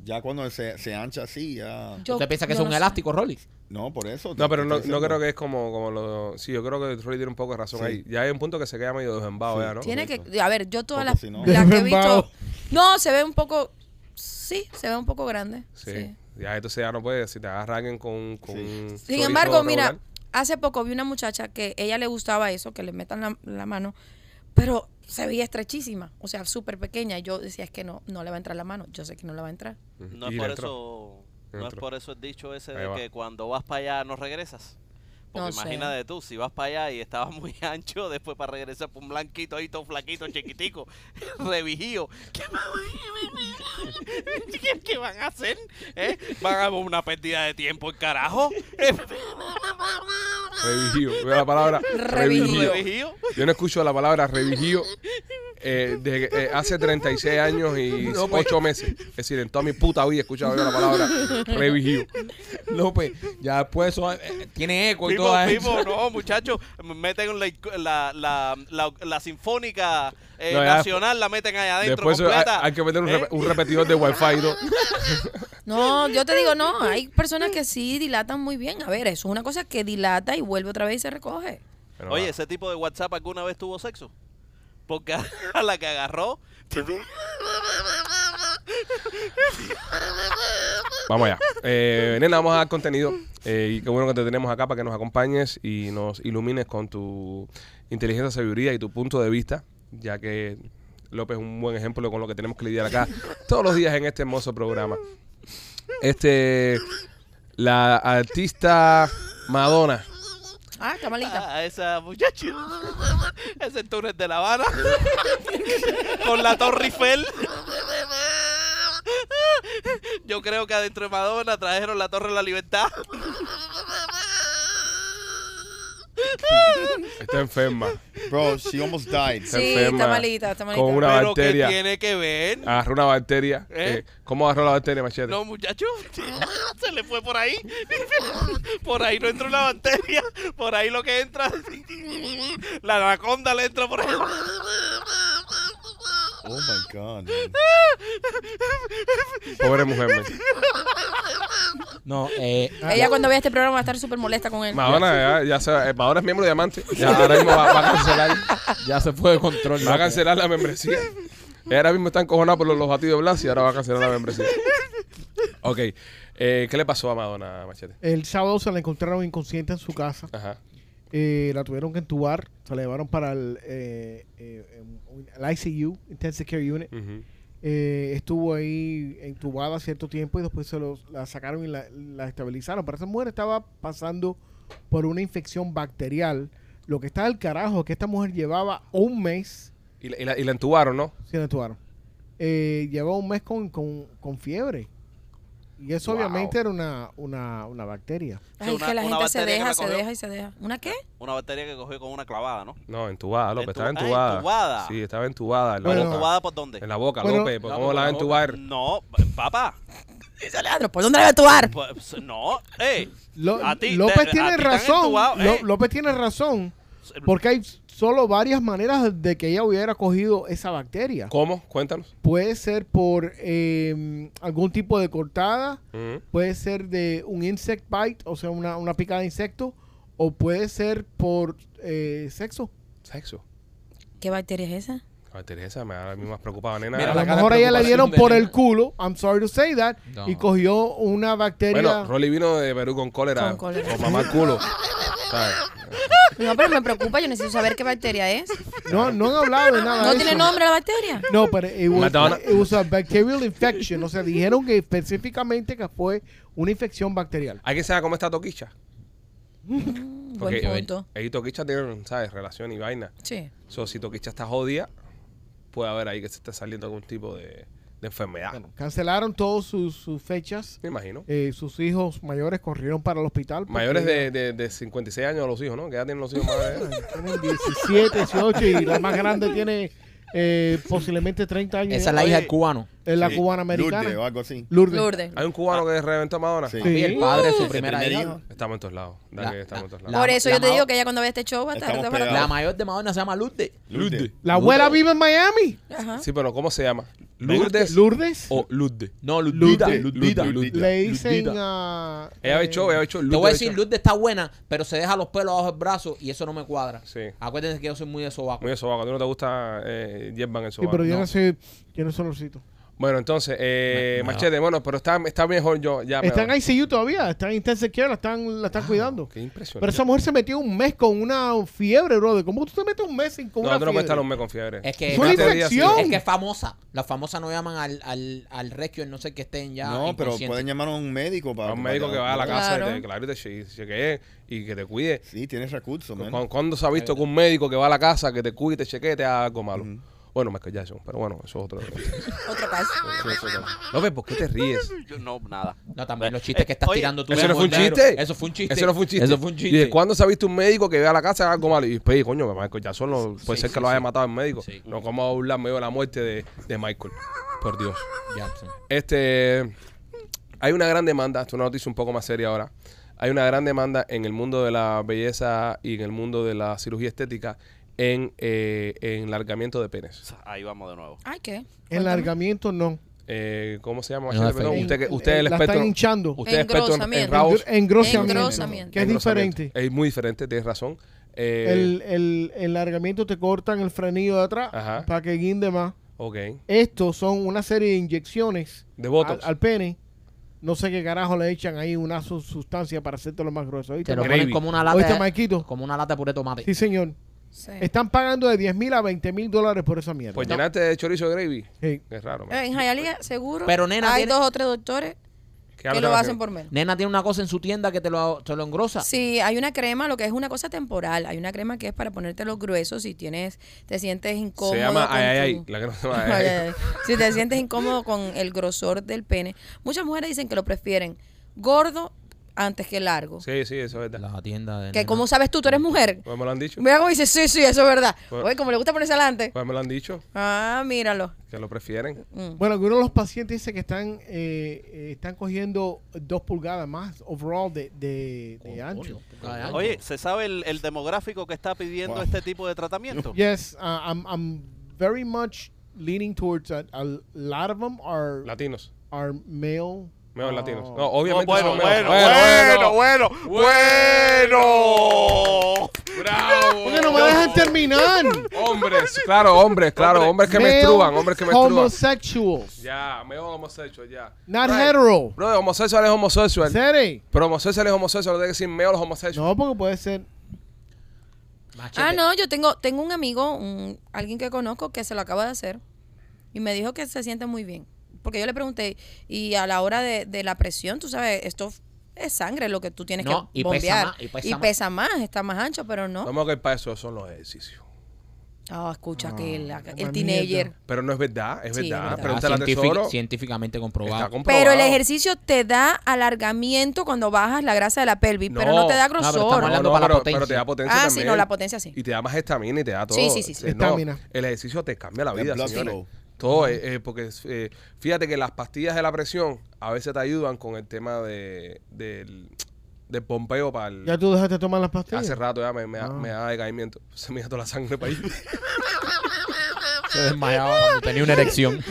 Ya cuando se, se ancha así, ya... Yo- ¿Usted piensa que yo es un no sé. elástico, [LAUGHS] Rolly? No, por eso. No, pero no, no creo que es como, como lo... Sí, yo creo que Rolly tiene un poco de razón Sí. ahí. Ya hay un punto que se queda medio desembado Sí. ya, ¿no? Tiene Correcto. que, a ver, yo todas Porque las, si no- las [LAUGHS] que he Desmembrado. visto, no, se ve un poco, sí, se ve un poco grande. Sí. sí. Ya, entonces ya no puedes. Si te agarra alguien con, con Sí. un Sin chorizo embargo, mira, regular, hace poco vi una muchacha que ella le gustaba eso, que le metan la, la mano, pero se veía estrechísima, o sea, súper pequeña. Y yo decía, es que no, no le va a entrar la mano. Yo sé que no le va a entrar. No y es por le entró. eso, no es Entró. por eso el dicho ese Ahí de va. que cuando vas para allá no regresas. Porque No sé. imagínate tú, si vas para allá y estabas [LAUGHS] muy ancho, después para regresar por un blanquito ahí todo flaquito, chiquitico, [LAUGHS] revijío. ¿Qué, va- ¿Qué- qué van a hacer? ¿Eh? ¿Van a una pérdida de tiempo, el carajo? ¿Eh? Revigido. Veo la [LAUGHS] palabra revigido. Revigido. ¿Revijío? Yo no escucho la palabra revigido eh, desde que- eh, hace 36 años [LAUGHS] y pues. 8 meses. Es decir, en toda mi puta vida he escuchado yo la palabra [LAUGHS] revigido. López, pues, ya después eso eh, eh, tiene eco y Pipo, todo eso. Pipo, no, muchachos, meten la, la, la, la, la sinfónica eh, No, ya nacional, la meten allá adentro. Después eso hay, completa. hay que meter un, ¿Eh? rep- un repetidor de wifi. ¿no? No, yo te digo, no, hay personas que sí dilatan muy bien. A ver, eso es una cosa que dilata y vuelve otra vez y se recoge. Pero Oye, va. ese tipo de WhatsApp alguna vez tuvo sexo. Porque [LAUGHS] a la que agarró. Vamos allá. Eh, nena, vamos a dar contenido. Eh, y qué bueno que te tenemos acá para que nos acompañes y nos ilumines con tu inteligencia, sabiduría y tu punto de vista, ya que López es un buen ejemplo con lo que tenemos que lidiar acá todos los días en este hermoso programa. Este, la artista Madonna. Ah, camalita. A esa muchacha. [LAUGHS] Ese túnel de La Habana. [LAUGHS] Con la Torre Eiffel. [LAUGHS] Yo creo que adentro de Madonna trajeron la Torre de la Libertad. Está enferma. Bro, she almost died. Está Sí, está enferma malita, está malita. Con una Pero ¿qué bacteria. tiene que ver? Agarró una bacteria. ¿Eh? Eh, ¿Cómo agarró la bacteria, Machete? No, muchacho, [LAUGHS] se le fue por ahí. [LAUGHS] Por ahí no entra una bacteria. Por ahí lo que entra. [LAUGHS] La anaconda le entra por ahí. Oh my [LAUGHS] God. man. Pobre mujer. man. No, eh, Ella cuando vea este programa va a estar súper molesta con él. Madonna, ya, ya se va. eh, Madonna es miembro de Diamante. Ya ahora mismo va, va a cancelar. ya se fue de control. [LAUGHS] Va a López. cancelar la membresía. Ella ahora mismo está encojonada por los, los batidos de Blas y ahora va a cancelar la membresía. Ok. eh, ¿Qué le pasó a Madonna, Machete? El sábado se la encontraron inconsciente en su casa. Ajá. Eh, la tuvieron que entubar. Se la llevaron para el, eh, eh, un- el ICU, Intensive Care Unit. Ujú. Eh, estuvo ahí entubada cierto tiempo y después se los, la sacaron y la, la estabilizaron. Pero esa mujer estaba pasando por una infección bacterial. Lo que está del carajo es que esta mujer llevaba un mes Y, la- y la, y la entubaron, ¿no? sin actuar. Eh, llevaba un mes con, con- con fiebre. Y eso Wow. obviamente era una, una, una bacteria. Ay, una- que la una gente se bacteria que deja, me se cogió. deja y se deja. ¿Una qué? Una batería que cogió con una clavada, ¿no? No, entubada, López. Estaba Entu- ah, entubada. entubada. Sí, estaba entubada en la Bueno. boca. ¿Entubada por dónde? En la boca, Bueno. López. pues, ¿Cómo No, por la la va a boca. entubar? No, papá. Dice Leandro, ¿por dónde la va a actuar? Pues, no, eh. Lo- A ti, López te- a tiene ti te han razón. entubado, Lo- eh. López tiene razón. Porque hay solo varias maneras de que ella hubiera cogido esa bacteria. ¿Cómo? Cuéntanos. Puede ser por eh, algún tipo de cortada, Mm. puede ser de un insect bite, o sea, una, una picada de insecto, o puede ser por eh, sexo. Sexo. ¿Qué bacteria es esa? Ay, Ah, Teresa, me da a mí más preocupada, nena. Mira, a la lo cara de mejor a ella le dieron preocupación por de el nena. culo, I'm sorry to say that, No. y cogió una bacteria. Bueno, Rolly vino de Perú con cólera. Con cólera. Con mamá al culo. ¿Sabes? No, pero me preocupa, yo necesito saber qué bacteria es. no, no han hablado de nada. ¿No de tiene eso. nombre la bacteria? No, pero it was, Madonna. it was a bacterial infection. O sea, dijeron que específicamente que fue una infección bacterial. ¿Alguien sabe cómo está Toquicha? Un Porque Buen punto. ahí y Toquicha tienen, ¿sabes? Relación y vaina. Sí. So, si Toquicha está jodida, puede haber ahí que se esté saliendo algún tipo de, de enfermedad. Cancelaron todas sus, sus fechas. Me imagino. Eh, sus hijos mayores corrieron para el hospital. porque Mayores de, de, de 56 años los hijos, ¿no? ¿Qué edad tienen los hijos? madre? Tienen 17, 18 y la más grande tiene eh, posiblemente 30 años. Esa es la hija del Oye, cubano. Es la Sí, cubana americana. Lourdes o algo así. Lourdes. Lourdes. Hay un cubano que reventó a Madonna. Sí. Y el padre de su primera primer hija. hijo. Estamos en todos lados. Da La- que estamos en todos la- lados. Por eso yo te ma- digo que ella cuando vea este show va a estar Estamos preparada. La mayor de Madonna se llama Lourdes. Lourdes. La abuela vive en Miami. Ajá. Sí, pero ¿cómo se llama? Lourdes Lourdes. o Lourdes. No, Ludita. Lourdes. Ludita. Lourdes. le dicen Lourdita. a... Ella ha hecho, ella ha hecho Te voy a Lourdes, decir, bicho. Lourdes está buena, pero se deja los pelos abajo del brazo y eso no me cuadra. Sí. Acuérdense que yo soy muy de sobaco. Muy de sobaco. A ti no te gusta eh, Yerban en Sí, sobaco. pero yo No. no sé, yo no sé los sitios. Bueno, entonces, eh, Machete, bueno, pero está, está mejor yo. Ya me Están voy. en ICU todavía, están en intensive care, la están, la están cuidando. Qué impresionante. Pero esa mujer se metió un mes con una fiebre, brother. ¿Cómo tú te metes un mes sin con no, una tú no puedes estar fiebre? los me con fiebre. Es que- Es una Una teoría infección. así. Es que es famosa. Las famosas no llaman al, al, al rescue, no sé que estén ya. No, pero inconscientes. pueden llamar a un médico para. A un médico que va a la casa Claro. y te, claro, y te che- chequee y que te cuide. Sí, tienes recursos, man. ¿Cu- ¿Cuándo se ha visto que un médico que va a la casa, que te cuide, te chequee, te haga algo malo? Bueno, Michael Jackson, pero bueno, eso [LAUGHS] es otro. eso Otro caso. es otro. López, ¿por qué te ríes? Yo no, nada. No, también los chistes que estás Oye, tirando tú. Eso no fue un Bordero. chiste. Eso fue un chiste. Eso no fue un chiste. Eso fue un ¿Y chiste. de cuándo se ha visto un médico que ve a la casa y haga algo malo? Y pues, coño, Michael Jackson lo- puede Sí, ser sí, que lo haya sí. matado el médico. Sí. No, ¿cómo va a burlar medio de la muerte de, de Michael? Por Dios. Jackson. Este. Hay una gran demanda, esto es una noticia un poco más seria ahora. Hay una gran demanda en el mundo de la belleza y en el mundo de la cirugía estética en, eh, en largamiento de penes. Ahí vamos de nuevo. Ay, ¿qué? Enlargamiento no. Eh, ¿Cómo se llama? No, Machete? Perdón, en- usted, que- en- usted es el la están experto. hinchando. Usted es experto en- en, Engrosamiento. rabos. Engr- engrosamiento. Engrosamiento. Que es Engrosamiento. diferente. Es muy diferente, tienes razón. Eh, El, el enlargamiento te cortan el frenillo de atrás Ajá. para que guinde más. Ok. Estos son una serie de inyecciones De Botox. Al, al pene. No sé qué carajo le echan ahí una su- sustancia para lo más grueso. ¿Oíste, Te lo Ma- Gravy. ponen como una lata. ¿Oíste, de- Maikito? Como una lata de puré de tomate. Sí, señor. Eh. Sí. Están pagando de 10 mil a 20 mil dólares por esa mierda. Pues llenarte de chorizo de gravy. Sí. Es raro. man. Eh, En Hialeah, seguro. Pero, nena, hay tiene- dos o tres doctores ahora que te lo vas a- hacen por menos. Nena tiene una cosa en su tienda que te lo, te lo engrosa. Sí, hay una crema, lo que es una cosa temporal. Hay una crema que es para ponerte los gruesos si tienes, te sientes incómodo. Se llama con ay, ay, ay. tu- La que no se llama [LAUGHS] ay, ay. [LAUGHS] Ay, ay, ay. Si te sientes incómodo con el grosor del pene. Muchas mujeres dicen que lo prefieren gordo antes que largo. Sí, sí, eso es verdad. La tienda de. Que nena. como sabes tú, tú eres mujer. Pues me lo han dicho. Mira cómo dice, sí, sí, eso es verdad. Pues- Bueno. Oye, como le gusta ponerse adelante. Pues me lo han dicho. Ah, míralo. Que lo prefieren. Mm. Bueno, algunos de los pacientes dicen que están eh, eh, están cogiendo dos pulgadas más overall de, de, de ancho. Ay, Oye, ¿se sabe el, el demográfico que está pidiendo Wow. este tipo de [LAUGHS] tratamiento? [LAUGHS] Yes, uh, I'm, I'm very much leaning towards that. A lot of them are, Latinos. are male. Menos uh, latinos. No, obviamente. Oh, son menos. bueno, bueno. Bravo. ¿Por qué no me dejan terminar? Hombres, claro, hombres, claro, hombres [LAUGHS] que Male menstruan, hombres que menstruan. Homosexuals. Ya, me homosexual, ya. Not Right. hetero. Bro, homosexual es homosexual. Sere. Pero homosexual es homosexual, no tiene que decir meo los homosexual. No, porque puede ser. machete. Ah, no, yo tengo, tengo un amigo, un- alguien que conozco que se lo acaba de hacer y me dijo que se siente muy bien. Porque yo le pregunté, y a la hora de, de la presión, tú sabes, esto es sangre lo que tú tienes No, que y pesa bombear. más, y pesa más. más, está más ancho, pero no. Vamos que para eso son los ejercicios. Ah, escucha, que el, el mamita. teenager. Pero no es verdad, es Sí, es verdad. verdad. Pregúntale al Ah, Científic- tesoro. científicamente Está comprobado. comprobado. Pero el ejercicio te da alargamiento cuando bajas la grasa de la pelvis, pero no te da No, Ah, pero grosor. estamos hablando No, para la pero, potencia. pero te da potencia ah, sí, también. no, la potencia sí. Y te da más estamina y te da todo. Sí, sí, sí, sí. Eh, no, Estamina. el ejercicio te cambia la El vida, blood señores. flow. Todo, eh, eh, porque eh, fíjate que las pastillas de la presión a veces te ayudan con el tema de, del, del pompeo para el... ¿Ya tú dejaste de tomar las pastillas? Hace rato ya me, me, da- Ah. me da decaimiento. [LAUGHS] Se me da toda la sangre para ahí. [LAUGHS] [LAUGHS] Se desmayaba cuando tenía [LAUGHS] una erección.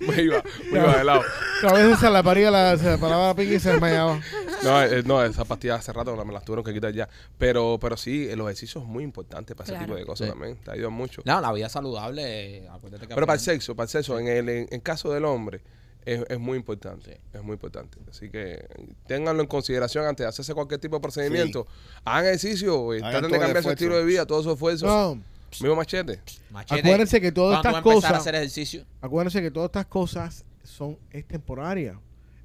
me iba, me iba de lado. A veces se la paría, la, se la paraba la pica y se desmayaba. No, eh, no, esas pastillas hace rato me las tuvieron que quitar ya. Pero, pero sí, el ejercicio es muy importante para ese Claro. tipo de cosas Sí. también. Te ayudan mucho. No, la vida saludable, eh, acuérdate que... Pero para el aprende- sexo, para el sexo, en el en, en caso del hombre, es, es muy importante. Es muy importante. Así que ténganlo en consideración antes de hacerse cualquier tipo de procedimiento. Hagan ejercicio, eh, Hagan traten de todo el cambiar su esfuerzo. estilo de vida, todo su esfuerzo. No, Mismo machete. Machete, Acuérdense que todas cuando estas tú empezar a cosas- hacer ejercicio, acuérdense que todas estas cosas son, es temporaria.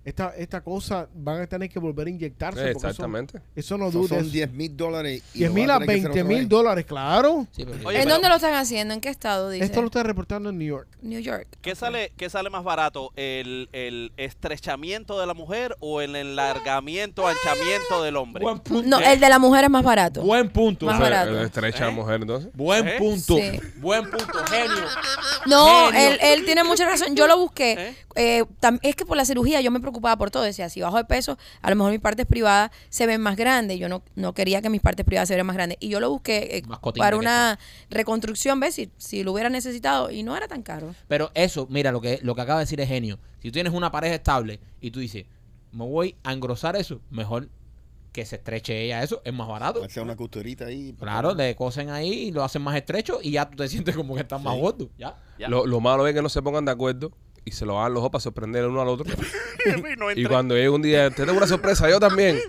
Esta, esta cosa van a tener que volver a inyectarse. porque eso- Exactamente. Eso, no Eso duda. son eso- 10 mil dólares. y 10 lo mil va a tener que hacer 20 otra mil vez. dólares, claro. sí, porque- Oye, ¿En pero- dónde lo están haciendo? ¿En qué estado? Dice. Esto lo está reportando en New York. New York. ¿Qué sale, ¿Qué sale más barato? ¿El, el estrechamiento de la mujer o el enlargamiento, anchamiento del hombre? Buen punto. No, el de la mujer es más barato. eh, Buen punto. Más O sea, barato. el Estrecha ¿Eh? mujer, entonces. Buen ¿Eh? punto. Sí. Buen punto, genio. No, Genio. él, él tiene mucha razón. Yo lo busqué. ¿Eh? Eh, tam- es que por la cirugía yo me preocupaba por todo. Decía, si bajo de peso, a lo mejor mis partes privadas se ven más grandes. Yo no, no quería que mis partes privadas se vieran más grandes. Y yo lo busqué eh, Más cotín para que una reconstrucción, ¿ves? Si, si lo hubiera necesitado. Y no era tan caro. Pero eso, mira, lo que, lo que acaba de decir es genio. Si tú tienes una pareja estable y tú dices, me voy a engrosar eso, mejor que se estreche ella eso, es más barato. Pues, Hacer una costurita ahí. Claro, le cosen ahí y lo hacen más estrecho y ya tú te [LAUGHS] sientes como que estás más gordo. ¿ya? Ya. Lo, lo malo es que no se pongan de acuerdo y se lo hagan los ojos para sorprender el uno al otro. Y no y entré. cuando llega un día, te tengo una sorpresa, yo también.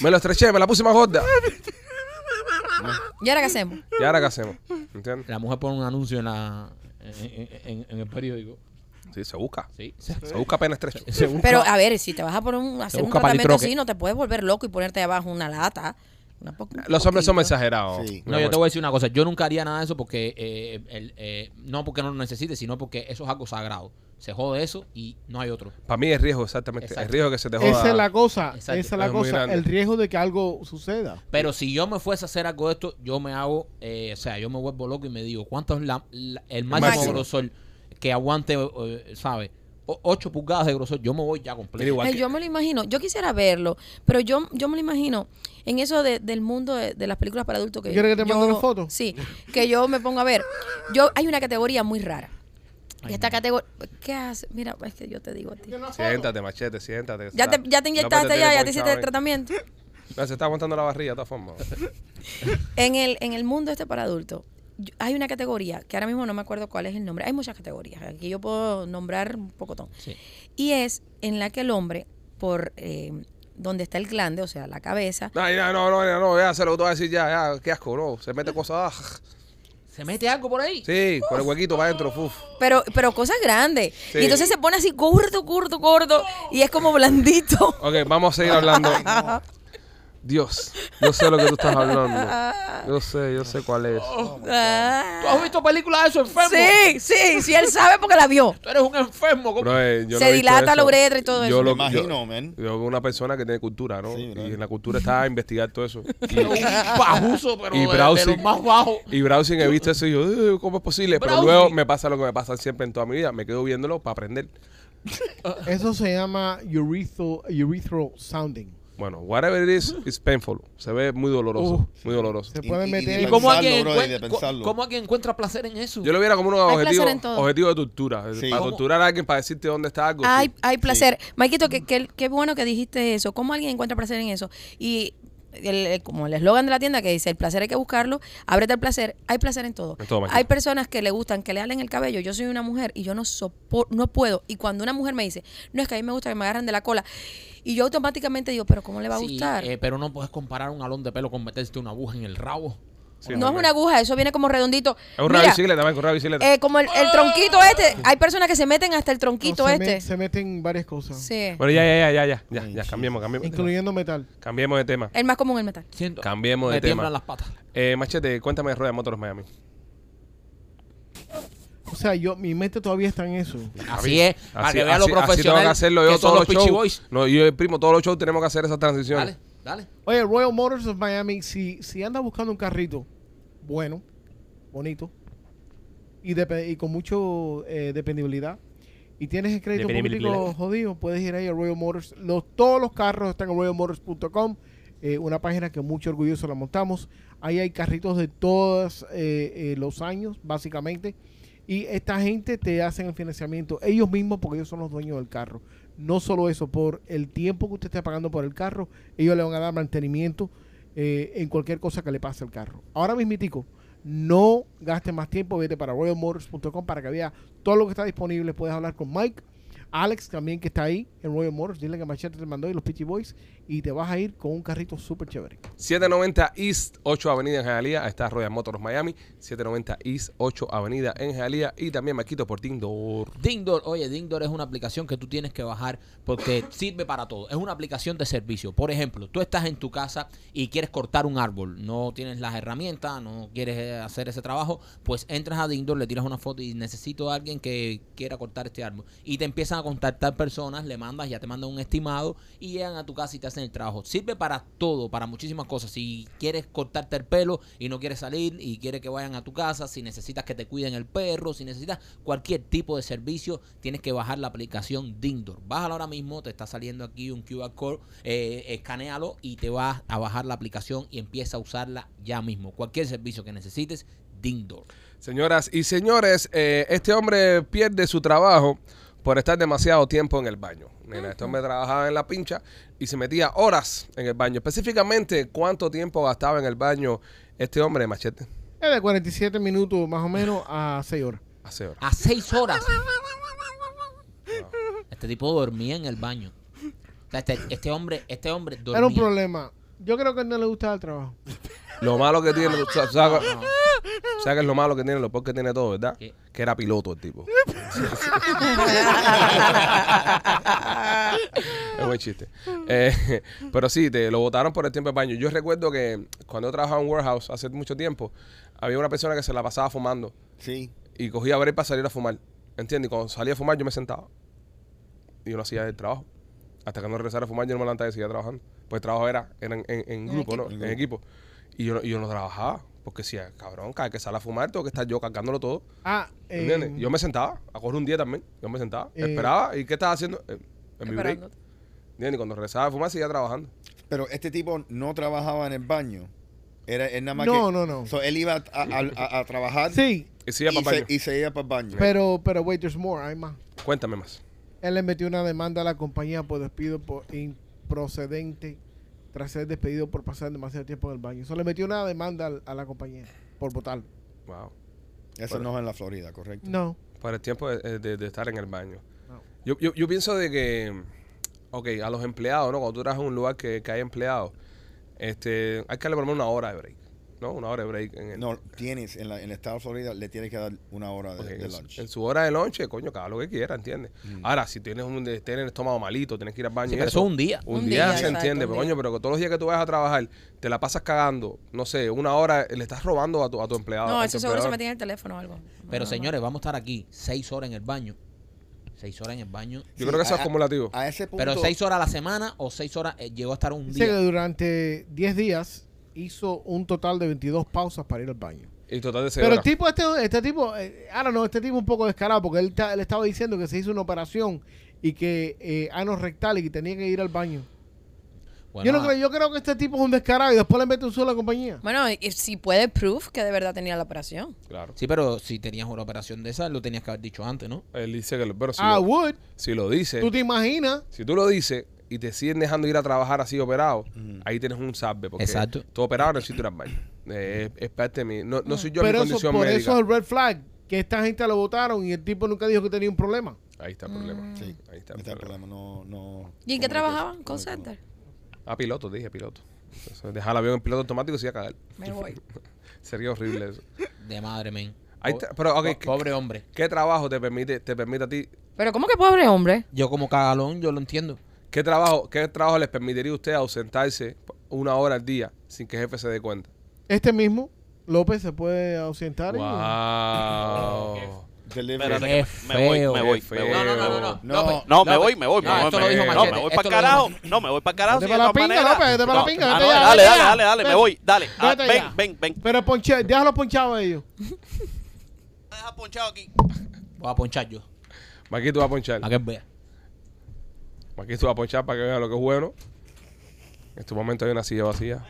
Me lo estreché, me la puse más gorda. ¿Y ahora qué hacemos? ¿Y ahora qué hacemos? ¿Entiendes? La mujer pone un anuncio en, la, en, en- en el periódico. Sí, se busca. Sí, se, Se busca pena estrecho. se busca- Pero a ver, si te vas a poner un, hacer un busca tratamiento palitroque. así, no te puedes volver loco y ponerte abajo una lata. Una po- un Los hombres son poquito. exagerados. Sí. No, yo te voy a decir una cosa. Yo nunca haría nada de eso porque... eh, el- eh, no porque no lo necesite, sino porque eso es algo sagrado. Se jode eso y no hay otro. Para mí es riesgo, exactamente. Exacto. El riesgo que se te joda. Esa es la cosa. Exacto. Esa es la Es muy cosa. grande. El riesgo de que algo suceda. Pero si yo me fuese a hacer algo de esto, yo me hago, eh, o sea, yo me vuelvo loco y me digo, ¿cuánto es la- la- el máximo, máximo. grosor que aguante, eh, ¿sabes? 8 pulgadas de grosor, yo me voy ya completo. Mira, igual Ay, que- yo me lo imagino, yo quisiera verlo, pero yo, yo me lo imagino en eso de- del mundo de, de las películas para adultos que ¿Quieres que te yo- mande una foto? Sí, que yo me pongo a ver. Yo hay una categoría muy rara. Y esta categoría, ¿qué hace? Mira, es que yo te digo a ti. Siéntate, machete, siéntate. Ya te, ya te inyectaste ya, ya te eh. hiciste el tratamiento. No, se está aguantando la barriga de todas formas. [LAUGHS] En el, en el mundo este para adultos, yo- hay una categoría que ahora mismo no me acuerdo cuál es el nombre. Hay muchas categorías. Aquí yo puedo nombrar un pocotón. Sí. Y es en la que el hombre, por eh, donde está el glande, o sea, la cabeza, No, ya, no, no, ya, no, ya se lo voy a decir ya, ya, qué asco, no. Se mete cosas. ah, [LAUGHS] ¿Se mete algo por ahí? Sí, con el huequito para adentro, uf. Pero, pero cosas grandes. Sí. Y entonces se pone así gordo, gordo, gordo. Y es como blandito. [LAUGHS] Ok, vamos a seguir hablando. Dios, yo sé lo que tú estás [LAUGHS] hablando. Yo sé, yo sé cuál es. Oh, Ah. ¿Tú has visto películas de eso enfermo? Sí, sí, sí, él sabe porque la vio. Tú eres un enfermo. ¿cómo? Bro, eh, yo Se no he visto dilata eso. la uretra y todo Yo eso. lo- Me imagino, yo- man. Yo soy una persona que tiene cultura, ¿no? Sí, y bro. en la cultura está a investigar todo [LAUGHS] eso. Tú eres un bajuzo, pero Y de- de, browsing. los más bajos. Y browsing he visto eso y yo, "Eh, ¿cómo es posible? Pero Browsing. luego me pasa lo que me pasa siempre en toda mi vida. Me quedo viéndolo para aprender. Eso se llama urethral, urethral sounding. Bueno, whatever it is, it's painful. Se ve muy doloroso. Oh. Uh. muy doloroso. Se Y- pueden y- y meter. de ¿Y cómo Pensarlo, alguien, bro, y de encuent- co- pensarlo. cómo alguien encuentra placer en eso? Yo lo viera como un objetivo, placer en todo. objetivo de tortura. Sí. Para ¿Cómo? torturar a alguien, para decirte dónde está algo. sí. Ay, ay, placer. Maikito, qué que, qué bueno que dijiste eso. ¿Cómo alguien encuentra placer en eso? Y el- el- como el eslogan de la tienda que dice, el placer hay que buscarlo, ábrete al placer, hay placer en todo. En todo, Maikito. hay personas que le gustan que le halen el cabello. Yo soy una mujer y yo no sopo- no puedo. Y cuando una mujer me dice, no es que a mí me gusta que me agarran de la cola, y yo automáticamente digo, pero ¿cómo le va a Sí, gustar? eh, pero no puedes comparar un alón de pelo con meterte una aguja en el rabo. Sí, no es una aguja, eso viene como redondito. Es una Mira, bicicleta, Michael, una bicicleta. eh, como el, el tronquito este, hay personas que se meten hasta el no, tronquito se, este. met- se meten varias cosas. Sí. Bueno, ya, ya, ya, ya, ya. Ya, Ay, ya, sí. cambiemos, cambiemos. de tema. Incluyendo metal. Cambiemos de tema. El más común, el metal. Siento, Cambiemos de me tema. tiemblan las patas. Eh, machete, cuéntame de Rueda de Motos Miami. O sea, yo, mi mente todavía está en eso. Así es, para Ah, que vea lo tengo que profesional hacerlo yo que son todos los los Peachy shows. Boys. No, yo y el primo, todos los shows tenemos que hacer esa transición. Dale, dale. Oye, Royal Motors of Miami, si, si andas buscando un carrito bueno, bonito, y, depe- y con mucho eh, dependibilidad, y tienes el crédito un poquitico Dependibilidad. jodido, puedes ir ahí a Royal Motors. Los, todos los carros están en royalmotors.com, eh, una página que mucho orgulloso la montamos. Ahí hay carritos de todos eh, eh, los años, básicamente. Y esta gente te hacen el financiamiento ellos mismos porque ellos son los dueños del carro. No solo eso, por el tiempo que usted esté pagando por el carro, ellos le van a dar mantenimiento eh, en cualquier cosa que le pase al carro. Ahora mismitico, no gaste más tiempo, vete para royalmotors.com para que vea todo lo que está disponible. Puedes hablar con Mike, Alex también que está ahí en Royal Motors. Dile que Machete te mandó y los Pitchy Boys y te vas a ir con un carrito súper chévere. 790 East 8 Avenida en Jalía. Ahí está Royal Motors Miami. 790 East 8 Avenida en Jalía. Y también Maquito por Tinder. Dingdor, oye, Dingdor es una aplicación que tú tienes que bajar porque sirve para todo. Es una aplicación de servicio. Por ejemplo, tú estás en tu casa y quieres cortar un árbol, no tienes las herramientas, no quieres eh, hacer ese trabajo, pues entras a Dingdor, le tiras una foto y necesito a alguien que quiera cortar este árbol. Y te empiezan a contactar personas, le mandas, ya te mandan un estimado y llegan a tu casa y te hacen el trabajo. Sirve para todo, para muchísimas cosas. Si quieres cortarte el pelo y no quieres salir y quieres que vayan a tu casa, si necesitas que te cuiden el perro, si necesitas cualquier tipo de servicio, tienes que bajar la aplicación Dindor. Bájala ahora mismo, te está saliendo aquí un QR code, eh, escanealo y te vas a bajar la aplicación y empieza a usarla ya mismo. Cualquier servicio que necesites, Dindor. Señoras y señores, eh, este hombre pierde su trabajo por estar demasiado tiempo en el baño. Nena, este hombre trabajaba en la pincha y se metía horas en el baño. Específicamente, ¿cuánto tiempo gastaba en el baño este hombre, Machete? Es de 47 minutos más o menos a 6 horas. Hace horas. A seis horas. Este tipo dormía en el baño. O sea, este, este hombre, este hombre dormía. Era un problema. Yo creo que no le gustaba el trabajo. Lo malo que tiene, o sea, ¿sabes sabes qué es lo malo que tiene? Lo peor que tiene todo, ¿verdad? ¿Qué? Que era piloto el tipo. Es buen chiste. Eh, pero sí, te lo votaron por el tiempo de baño. Yo recuerdo que cuando yo trabajaba en warehouse hace mucho tiempo, había una persona que se la pasaba fumando Sí. y cogía break para salir a fumar. ¿Entiendes? Y cuando salía a fumar yo me sentaba. Y yo no hacía el trabajo. Hasta que no regresara a fumar yo no me levantaba y seguía trabajando. Pues el trabajo era, era en, en- en grupo, ¿no? En equipo. Y yo, no- y yo no trabajaba. Porque decía, cabrón, cada que sale a fumar tengo que estar yo cargándolo todo. Ah, eh, ¿Entiendes? yo me sentaba. A correr un día también. Yo me sentaba. Eh. esperaba. ¿Y qué estaba haciendo? Eh, en mi break. Esperándote. ¿Entiendes? Y cuando regresaba a fumar seguía trabajando. Pero este tipo no trabajaba en el baño. Era, él nada más No, que- no, no. So, él iba a, a- a- a trabajar sí, Y y, seguía para el se, baño. y se iba para el baño. pero, pero wait, there's more, hay más. Cuéntame más. Él le metió una demanda a la compañía por despido por improcedente tras ser despedido por pasar demasiado tiempo en el baño. Eso le metió una demanda al- a la compañía por votar. Wow. Eso no es en la Florida, correcto. No. Por el tiempo de, eh, de- de estar en el baño. No. Yo, yo, yo pienso de que, ok, a los empleados, ¿no? Cuando tú trabajas en un lugar que, que hay empleados, este, hay que darle por lo menos una hora de break, ¿no? Una hora de break en el, No, tienes, en, la, en el estado de Florida le tienes que dar una hora de, ok, de en, su- lunch. en su hora de lonche, coño, cada lo que quiera, ¿entiendes? Ahora, si tienes un de- tienes el estómago malito, tienes que ir al baño. Sí, y pero eso es un día. Un, Un día, día, se exacto, entiende, un pero día. coño, pero que todos los días que tú vas a trabajar, te la pasas cagando, no sé, una hora le estás robando a tu, a tu empleado. No, a tu eso seguro se empleador. metía en el teléfono o algo. Pero No, no, señores, vamos a estar aquí seis horas en el baño. Seis horas en el baño. Yo creo que eso es acumulativo. A ese punto. Pero seis horas a la semana o seis horas eh, llegó a estar un Dice que día. durante 10 días hizo un total de 22 pausas para ir al baño. Y total de seis Pero el horas. tipo, este, este tipo, eh, ahora no, este tipo un poco descarado porque él, ta- él estaba diciendo que se hizo una operación y que eh, ano rectal y que tenía que ir al baño. Bueno, yo, no ah, creo, yo creo que este tipo es un descarado y después le mete un suelo a la compañía. no. Bueno, y- y si puede proof que de verdad tenía la operación. Claro. Sí, pero si tenías una operación de esa, lo tenías que haber dicho antes, ¿no? Él dice que lo, pero si, ah, lo, would. si lo dice. ¿Tú te imaginas? Si tú lo dices y te siguen dejando ir a trabajar así operado, ahí tienes un salve. Porque Exacto. Tú operado necesitas ir al baño. Eh, es, es parte de mí. No, no soy yo en mi Pero eso, condición por médica. eso es el red flag, que esta gente lo votaron y el tipo nunca dijo que tenía un problema. Ahí está el problema. Sí, Ahí está el está el problema. problema. No, no. ¿Y en comunicó- qué trabajaban? comunicó Call center. Ah, piloto, dije piloto. Eso, Dejar el avión en piloto automático y se iba a cagar. Me voy. [LAUGHS] Sería horrible eso. De madre, men. Ahí Po- está, pero, ok, po- ¿qué- Pobre hombre. ¿Qué trabajo te permite, te permite a ti? Pero ¿cómo que pobre hombre? Yo como cagalón, yo lo entiendo. ¿Qué trabajo, qué trabajo les permitiría a usted ausentarse una hora al día sin que el jefe se dé cuenta? [LAUGHS] Este mismo, López, se puede ausentar. y- Wow. Delivery. Espérate, Qué que me, me voy, feo. Qué me voy. me voy, feo. me voy, me voy. No, pero- pues. No, me López, voy, me voy, me no, voy. esto me lo voy. dijo No, Machete, me voy esto lo dijo para carajo. Machete. No, me voy para carajo. Vete si pa' de la todas pinga, maneras- López, vete pa' la No, pinga, ah, vete no, ya, Dale, vete dale, ya. dale, dale, me Vete. voy. Dale, ah, Vete ven, ya. ven, ven. Pero ponche, déjalo ponchado a ellos. Deja ponchado aquí. Voy a ponchar yo. Maquito va a ponchar. A que vea. Maquito va a ponchar para que vea lo que es bueno. En este momento hay una silla vacía.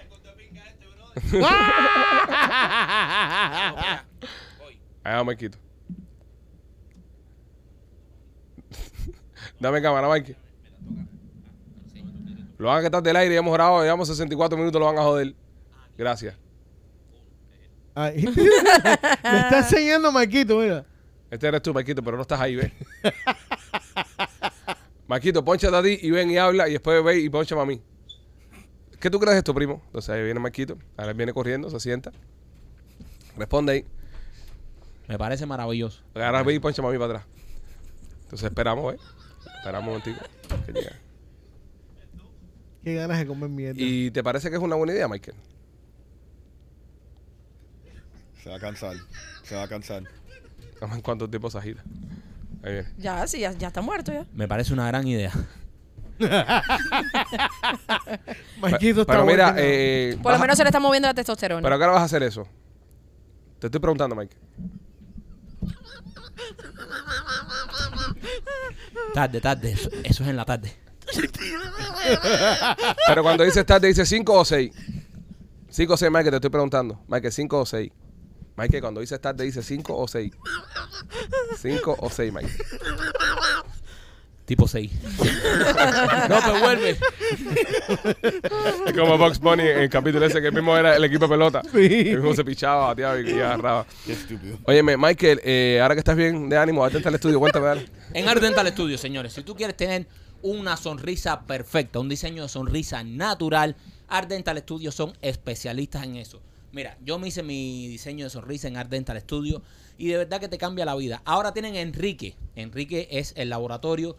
Allá va Maquito. Dame cámara, Mike. Lo van a quitar del aire y hemos grabado, llevamos 64 minutos, lo van a joder. Gracias. [LAUGHS] Ahí. Me Ah. está enseñando Marquito, mira. Este eres tú, Marquito, pero no estás ahí, ¿ves? Marquito, ponchate a ti y ven y habla y después ve y ponchame a mí. ¿Qué tú crees de esto, primo? Entonces ahí viene Marquito, ahora él viene corriendo, se sienta. Responde ahí. Me parece maravilloso. Ahora ve y ponchame a mí para atrás. Entonces esperamos, ¿ves? Esperamos un momentico. que llegue. Qué ganas de comer mierda. ¿Y te parece que es una buena idea, Michael? Se va a cansar. Se va a cansar. Vamos en cuánto tiempo se agita. Ahí viene. Ya, sí, ya, ya está muerto ya. Me parece una gran idea. [LAUGHS] Marquito está pero mira, bueno. eh, Por lo vas a- menos se le está moviendo la testosterona. pero ahora vas a hacer eso. Te estoy preguntando, Mike. Tarde, tarde. Eso, eso es en la tarde. Pero cuando dices tarde, dices 5 o 6. 5 o 6, Mike, te estoy preguntando. Mike, 5 o 6. Mike, cuando dices tarde, dices 5 o 6. 5 o 6, Mike. Tipo 6. [LAUGHS] no, pues vuelve. Es como Box Bunny en el capítulo ese, que el mismo era el equipo de pelota. Sí. El mismo se pichaba, bateaba y y agarraba. Qué estúpido. Óyeme, Michael, eh, ahora que estás bien de ánimo, atenta al estudio, cuéntame, dale. En Art Dental Studio, señores, si tú quieres tener una sonrisa perfecta, un diseño de sonrisa natural, Art Dental Studio son especialistas en eso. Mira, yo me hice mi diseño de sonrisa en Art Dental Studio y de verdad que te cambia la vida. Ahora tienen a Enrique. Enrique es el laboratorio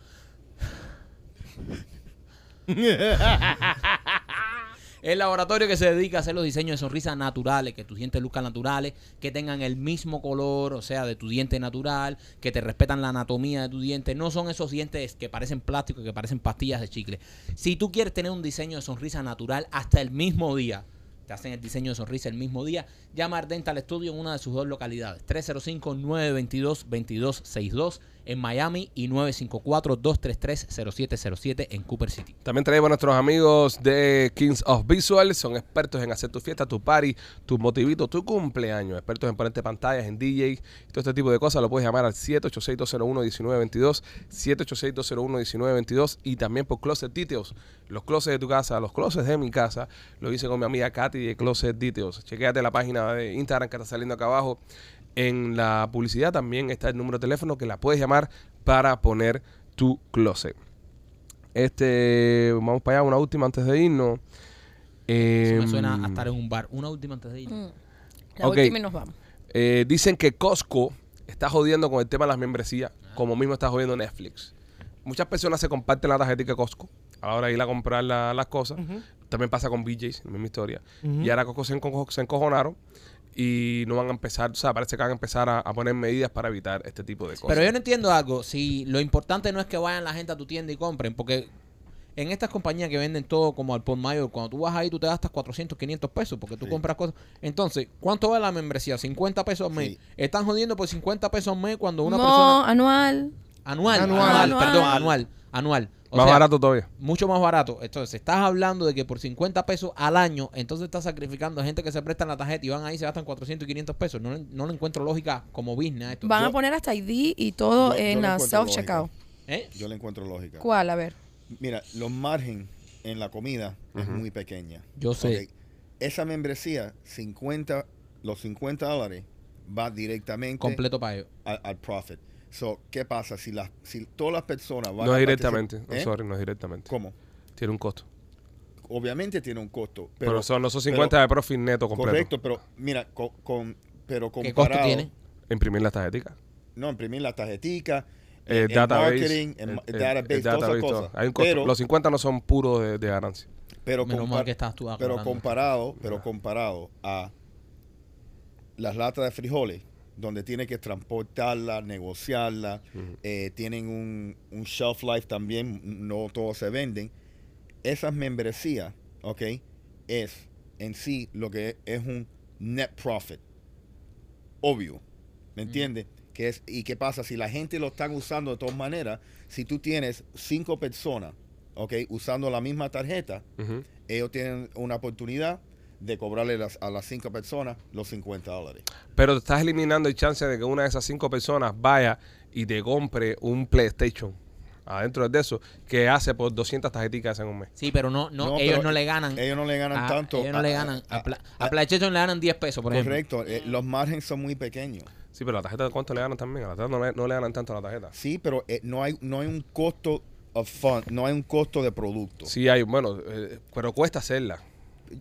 El laboratorio que se dedica a hacer los diseños de sonrisas naturales, que tus dientes luzcan naturales, que tengan el mismo color, o sea, de tu diente natural, que te respetan la anatomía de tu diente. No son esos dientes que parecen plástico, que parecen pastillas de chicle. Si tú quieres tener un diseño de sonrisa natural hasta el mismo día, te hacen el diseño de sonrisa el mismo día, llama a Art Dental Studio en una de sus dos localidades, 305-922-2262 en Miami y 954-233-0707 en Cooper City. También traemos a nuestros amigos de Kings of Visual. Son expertos en hacer tu fiesta, tu party, tu motivito, tu cumpleaños. Expertos en ponerte pantallas, en DJ, todo este tipo de cosas. Lo puedes llamar al 786-201-1922, 786-201-1922 y también por Closet Details. Los closets de tu casa, los closets de mi casa. Lo hice con mi amiga Katy de Closet Details. Chequéate la página de Instagram que está saliendo acá abajo. En la publicidad también está el número de teléfono que la puedes llamar para poner tu closet. Este, vamos para allá, una última antes de irnos. Eso me Em, suena a estar en un bar. Una última antes de ir. Mm. La Ok. última y nos vamos. eh, dicen que Costco está jodiendo con el tema de las membresías, Ah. como mismo está jodiendo Netflix. Muchas personas se comparten la tarjeta de Costco a la hora de ir a comprar la- las cosas. También pasa con BJ's, la misma historia. Y ahora Costco se, enco- se encojonaron y no van a empezar, o sea, parece que van a empezar a, a poner medidas para evitar este tipo de cosas. Pero yo no entiendo algo. Si lo importante no es que vayan la gente a tu tienda y compren, porque en estas compañías que venden todo como al por mayor, cuando tú vas ahí tú te gastas 400, 500 pesos porque tú compras cosas. Entonces, ¿cuánto vale la membresía? 50 pesos al mes. Sí. Están jodiendo por 50 pesos al mes cuando una No, persona... anual. Anual, Anual. anual, perdón, Anual. anual, anual. O Más sea, barato todavía. mucho más barato. Entonces, estás hablando de que por 50 pesos al año, entonces estás sacrificando a gente que se presta la tarjeta y van ahí y se gastan 400 y 500 pesos. No, le- no le encuentro lógica como business a esto. Van a poner hasta ID y todo Yo- yo no en la encuentro self-checkout. ¿Eh? Yo le encuentro lógica. ¿Cuál? A ver. Mira, los margen en la comida es muy pequeña. Yo sé. Ok. Esa membresía, 50, los 50 dólares, va directamente Completo para ellos. al, al profit. So, ¿qué pasa? Si, las si todas las personas van No a es particip- directamente, no, ¿Eh? sorry, no es directamente. ¿Cómo? Tiene un costo. Obviamente tiene un costo. Pero, Pero, son, no son pero- 50 de profit neto completo. Correcto, pero mira, co- con, pero ¿Qué comparado... costo tiene? Imprimir las tarjeticas. No, imprimir la tarjetica, eh, el database, marketing, el, ma- eh, eh, database, el todas esas database, todo. cosas. Hay un costo. Pero, Los 50 no son puros de, de ganancia. pero, Menos compar- mal que estás tú pero aclarando. comparado, pero comparado a las latas de frijoles donde tiene que transportarla, negociarla, eh, tienen un, un shelf life también, no todos se venden. Esas membresías, ¿ok? Es en sí lo que es un net profit, obvio, ¿me entiendes? Que es, ¿Y qué pasa? Si la gente lo está usando de todas maneras, si tú tienes cinco personas, ¿ok? Usando la misma tarjeta, Ujú. ellos tienen una oportunidad de cobrarle las- a las cinco personas los 50 dólares. Pero te estás eliminando el chance de que una de esas cinco personas vaya y te compre un PlayStation adentro de eso que hace por 200 tarjeticas en un mes. Sí, pero no, no, No, ellos pero no le ganan. Ellos no le ganan a- tanto. Ah, Ellos no le a- ganan. A, a- Pla- a- a PlayStation le ganan 10 pesos, por ejemplo. correcto, eh, los márgenes son muy pequeños. Sí, pero la tarjeta cuánto le ganan también. A la tarjeta no le, no le ganan tanto a la tarjeta. Sí, pero eh, no, hay, no hay un costo of fund, no hay un costo de producto. Sí, hay, bueno, eh, pero cuesta hacerla.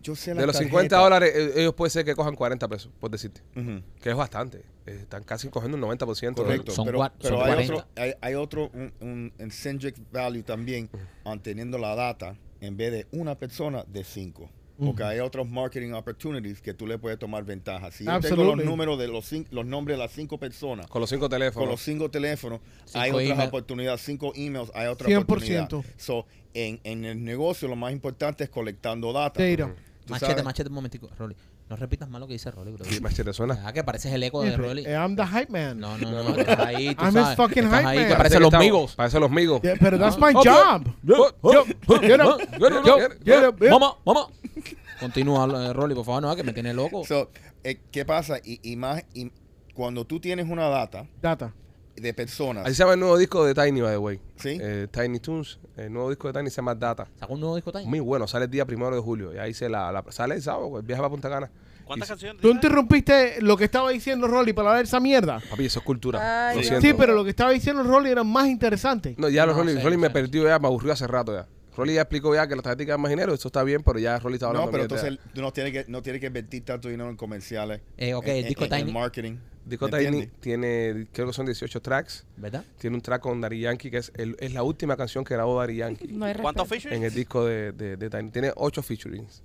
Yo sé De las los tarjetas. 50 dólares, eh, ellos puede ser que cojan 40 pesos, por decirte. Ujú, Que es bastante. Eh, Están casi cogiendo un 90%. de- Correcto, Son pero, cuar- pero son hay, 40. otro, hay, hay otro, un, un intrinsic value también, manteniendo la data en vez de una persona de cinco. Porque hay otros marketing opportunities que tú le puedes tomar ventaja. Si yo tengo los Absolutely. números de los, cin- los nombres de las cinco personas, Con los cinco teléfonos. con los cinco teléfonos, Cinco hay otras email. oportunidades, cinco emails, hay otras 100%. oportunidades. So, en, en el negocio lo más importante es colectando data. Data. Tú Machete, sabes, machete, un momentico. Rolly, no repitas mal lo que dice Rolly, bro. Sí, machete, suena. Ah, que pareces el eco de Rolly. Eh, I'm the hype man. No, no, no, no, estás ahí, tú I'm sabes. his fucking estás hype ahí, man. que parecen que los estamos- migos. Parece los migos. Yeah, pero that's my Oh, job. Yo, yo, yo, yo, Yo, yo, yo. Mamá, mamá. Continúa, eh, Rolly, por favor, no, que me tiene loco. so, eh, ¿Qué pasa? Y, y más, y cuando tú tienes una data Data. de personas, Así se llama el nuevo disco de Tiny, by the way. Sí. Eh, Tiny Toons. El nuevo disco de Tiny se llama Data. ¿Sacó un nuevo disco Tiny? Muy bueno, sale el día primero de julio. Y ahí se la, la- sale el sábado, el viaje para Punta Cana. ¿Cuántas Y- canciones? Tú dices? interrumpiste lo que estaba diciendo Rolly para ver esa mierda. Papi, eso es cultura. Ay, Lo Dios. siento. Sí, pero lo que estaba diciendo Rolly era más interesante. No, ya los No, Rolly, sé, Rolly no me sé. perdió ya, me aburrió hace rato ya. Rolly ya explicó ya que las tarjetas dan más dinero, eso está bien, pero ya Rolly está hablando no, pero mierda. entonces tú no tienes, que, no tienes que invertir tanto dinero en comerciales. Eh, ok, en- el en- disco en- en Tiny. marketing. este Disco ¿me Tiny entiendes? tiene, creo que son 18 tracks. ¿Verdad? Tiene un track con Dari Yankee, que es, el- es la última canción que grabó Dari Yankee No hay ¿Cuántos respeto. features? en el disco de, de- de Tiny. Tiene 8 featurings.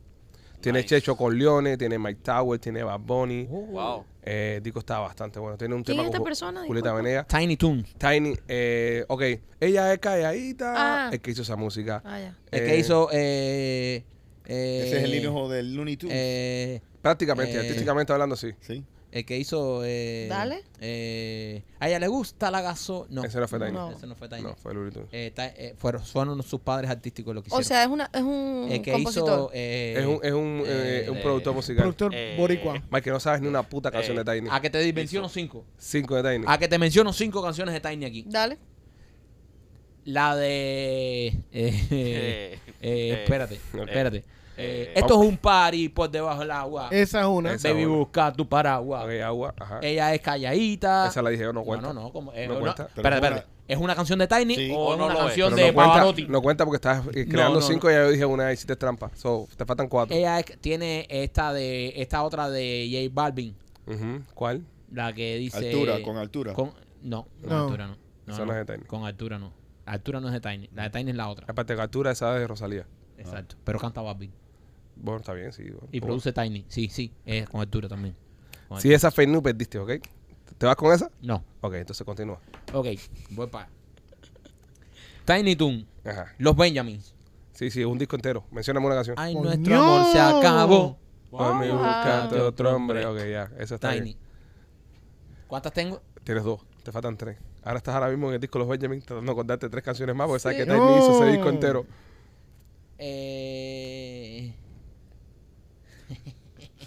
Tiene Nice. Checho con Leones, tiene Mike Tower, tiene Bad Oh, Bunny. Oh. Wow. Eh, el disco está bastante bueno. Tiene un ¿Quién tema es con esta Ju- persona? Julieta Disculpa. Venegas. Tiny Toons. Tiny, eh, ok, ella es calladita. Ah. El que hizo esa música. Ah, ya. El Eh, que hizo. Eh, eh, Ese es el hijo del Looney Tunes. eh, Prácticamente, Eh, artísticamente hablando, sí. sí. El que hizo. Eh, Dale. eh, a ella le gusta la gaso. No. Ese no fue Tiny. No. Ese no fue Tiny. No, fue Looney Tunes. Eh, ta- eh, fueron, fueron sus padres artísticos lo que O hicieron. sea, es, una, es un el que hizo. compositor. Eh, es un, es un, eh, eh, un productor musical. Productor Eh, boricua. Mike, que no sabes ni una puta canción Eh, de Tiny. a que te menciono cinco. Cinco de Tiny. A que te menciono cinco canciones de Tiny aquí. Dale. La de. eh, [LAUGHS] eh, Eh, eh, eh, espérate, espérate. eh, Eh, esto es un party por debajo del agua. Esa es una. Esa Baby, buena. busca tu paraguas. Ok, agua, ajá. Ella es calladita. Esa la dije yo, no No, cuenta. no, no. Como, eh, No no- cuenta. espérate, Pero espérate. ¿Es una canción de Tiny Sí. o O es no una lo es. canción Pero de no, cuenta, Pavarotti? no cuenta porque estás eh, creando no, no. Eh, cinco y ya yo dije una y hiciste trampa. So, te faltan cuatro. Ella es- tiene esta de esta otra de J Balvin, Ujú, ¿Cuál? la que dice Altura, con altura. con- no, con No. altura no. No, Esa no no. es de Tiny. Ah. Con altura no. Altura no es de Tiny, la de Tiny es la otra. Aparte, captura esa de Rosalía. Exacto, pero canta Balvin Bueno, está bien, sí. bueno. y produce Tiny. Sí, sí, es con altura también. Con Si esa fake news perdiste, ¿ok? ¿Te vas con esa? altura. No. Ok, entonces continúa. Ok, voy para Tiny Toon, Ajá. Los Benjamins. Sí, sí, un disco entero. Mencióname una canción. Ay, Coño. nuestro amor se acabó. Hoy me buscaste Wow. otro hombre. Ok, ya. Eso está Tiny. bien. ¿Cuántas tengo? Tienes dos. Te faltan tres. Ahora estás ahora mismo en el disco Los Benjamin tratando de acordarte tres canciones más porque sabes que Sí. Tiny hizo ese disco No. entero. Eh... [LAUGHS]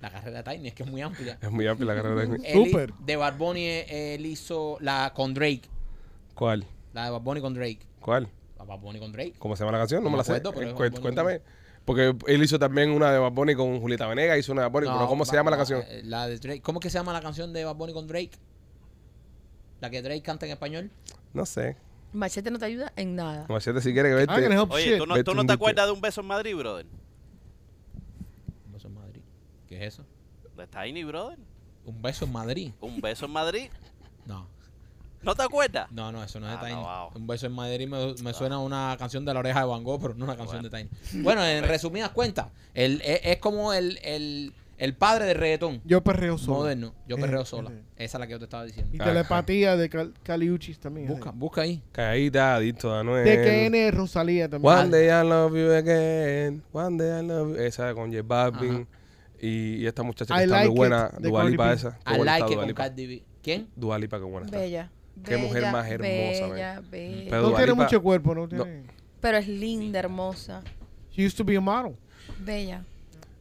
la carrera de Tiny es que es muy amplia. Es muy amplia la carrera de Tiny. Él hi- Súper. de Bad Bunny, eh, él hizo la con Drake. ¿Cuál? La de Bad Bunny con Drake. ¿Cuál? La Bad Bunny con Drake. ¿Cómo se llama la canción? No No me me la sé. acuerdo, pero Eh, es cué- Bad Bunny. Cuéntame. Porque él hizo también una de Bad Bunny con Julieta Venegas, hizo una de Bad Bunny, No, pero ¿cómo se va- llama la va- canción? eh, La de Drake. ¿Cómo es que se llama la canción de Bad Bunny con Drake? La que Drake canta en español. No sé. Machete no te ayuda en nada. Machete, si quiere que I can vete. help Oye, shit. ¿tú no, Vete tú un no te bicho. acuerdas de un beso en Madrid, brother? Un beso en Madrid. ¿Qué es eso? De Tiny, brother. Un beso en Madrid. Un beso en Madrid. No. ¿No te acuerdas? No, no, eso no es de Ah, Tiny. no, wow. Un beso en Madrid me, me suena a una canción de la oreja de Van Gogh, pero no una canción de Tiny. Bueno, en resumidas cuentas, e, el, es, es como el, el, El padre del reggaetón. Yo perreo solo. Moderno. Yo Eh, perreo sola. Ese. Esa es la que yo te estaba diciendo. Y Ah. telepatía de Cal- Caliuchis también. eh. Busca, busca ahí. Caída, adicto a Anuel. De KN Rosalía también. One day I love you again. One day I love you. Esa con J Balvin. Y, y esta muchacha que I está like muy it, buena. de Cardi Dualipa B. esa. Qué I buena está like it Dua con Lipa. Cardi B. ¿Quién? Dua Lipa, qué buena está. Bella. Qué mujer bella, más hermosa, man. Bella, bella. Pero no Dua tiene Lipa- mucho cuerpo, no tiene. Pero es linda, hermosa. She used to be a model. Bella.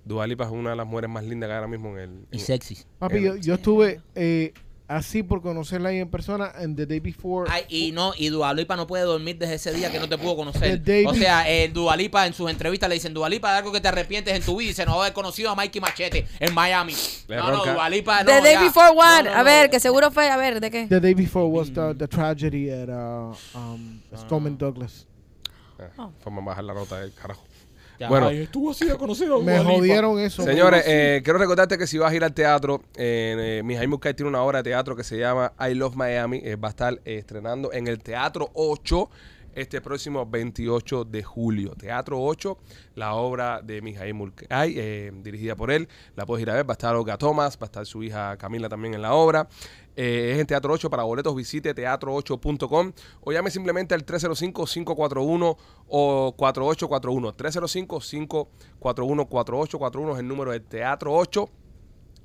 Dua Lipa es una de las mujeres más lindas que hay ahora mismo en el. Y en- sexy. Papi, Eh, yo, yo estuve eh, así por conocerla ahí en persona and the day before. Ay, y no, y Dualipa no puede dormir desde ese día que no te pudo conocer. El David. O sea, el Dualipa en sus entrevistas le dicen, Dualipa, de algo que te arrepientes en tu vida y dice, no haber conocido a Mikey Machete en Miami. Le no, ronca. no, Dualipa Ah, no. The day ya. before No, what? no, a no. ver, que seguro fue. A ver, ¿de qué? The day before was the, the tragedy at uh, um, Stoneman Douglas. Ah, Forma de bajar la nota del carajo. Ya, Bueno. ay, estuvo así a conocer a Me Dua Lipa. jodieron eso. Señores, eh, quiero recordarte que si vas a ir al teatro, eh, eh, mi Jaime Muscat tiene una obra de teatro que se llama I Love Miami. eh, va a estar eh, estrenando en el Teatro 8 este próximo 28 de julio. Teatro 8, la obra de Mijay Mulcay, eh, dirigida por él. La puedes ir a ver. Va a estar Olga Thomas, va a estar su hija Camila también en la obra. Eh, es en Teatro 8. Para boletos visite teatro8.com o llame simplemente al 305-541 o 4841. 305-541-4841 es el número de Teatro 8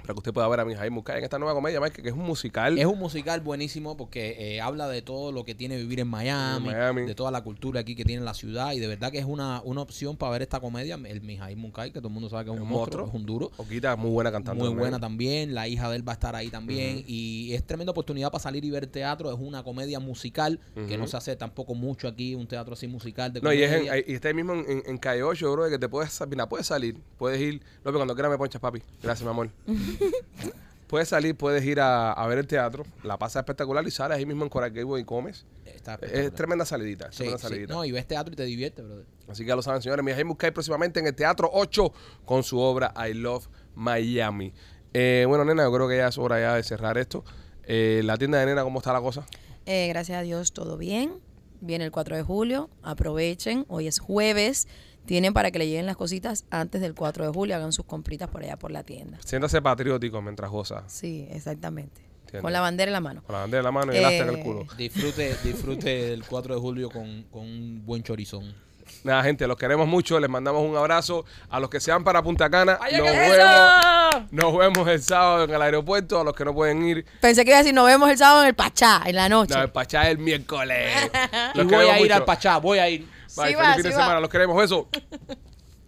para que usted pueda ver a Mijay Muscat en esta nueva comedia, Mike, que es un musical. Es un musical buenísimo porque eh, habla de todo lo que tiene vivir en Miami, En Miami. de toda la cultura aquí que tiene la ciudad y de verdad que es una, una opción para ver esta comedia. El Mijail Munkai, que todo el mundo sabe que es un, Un monstruo, monstruo. es un duro. Oquita, muy buena cantante. Muy también. buena también, la hija de él va a estar ahí también y es tremenda oportunidad para salir y ver teatro, es una comedia musical que no se hace tampoco mucho aquí, un teatro así musical de No, y, es en- comedia. ahí- y está ahí mismo en, en, en Calle 8, bro, que te puedes, sa- mira, puedes salir, puedes ir. López, cuando quieras me ponchas, papi. Gracias, [LAUGHS] mi amor. puedes salir, puedes ir a, a ver el teatro, la pasa espectacular y sales ahí mismo en Coral Gable y comes. Está Es espectacular. tremenda salidita, es Sí, tremenda sí. salidita. No, y ves teatro y te divierte, brother. Así que ya lo saben, señores. Mi Jaime Muscay próximamente en el Teatro 8 con su obra I Love Miami. Eh, bueno, nena, yo creo que ya es hora ya de cerrar esto. Eh, la tienda de nena, ¿cómo está la cosa? Eh, gracias a Dios, todo bien. Viene el 4 de julio. Aprovechen. Hoy es jueves. Tienen para que le lleguen las cositas antes del 4 de julio. Hagan sus compritas por allá por la tienda. Siéntase patriótico mientras goza. Sí, exactamente. Entiendo. Con la bandera en la mano. Con la bandera en la mano y el asta en el Eh, culo. Disfrute, disfrute el 4 de julio con, con un buen chorizón. Nada, gente, los queremos mucho. Les mandamos un abrazo a los que sean para Punta Cana. Nos ¡Eso! vemos, nos vemos el sábado en el aeropuerto. A los que no pueden ir, Pensé que iba a decir, nos vemos el sábado en el Pachá, en la noche. no, el Pachá es el miércoles. Y [LAUGHS] Los voy a queremos ir mucho. al Pachá, voy a ir. Bye, Sí feliz va, fin de sí va. semana. Los queremos. Besos.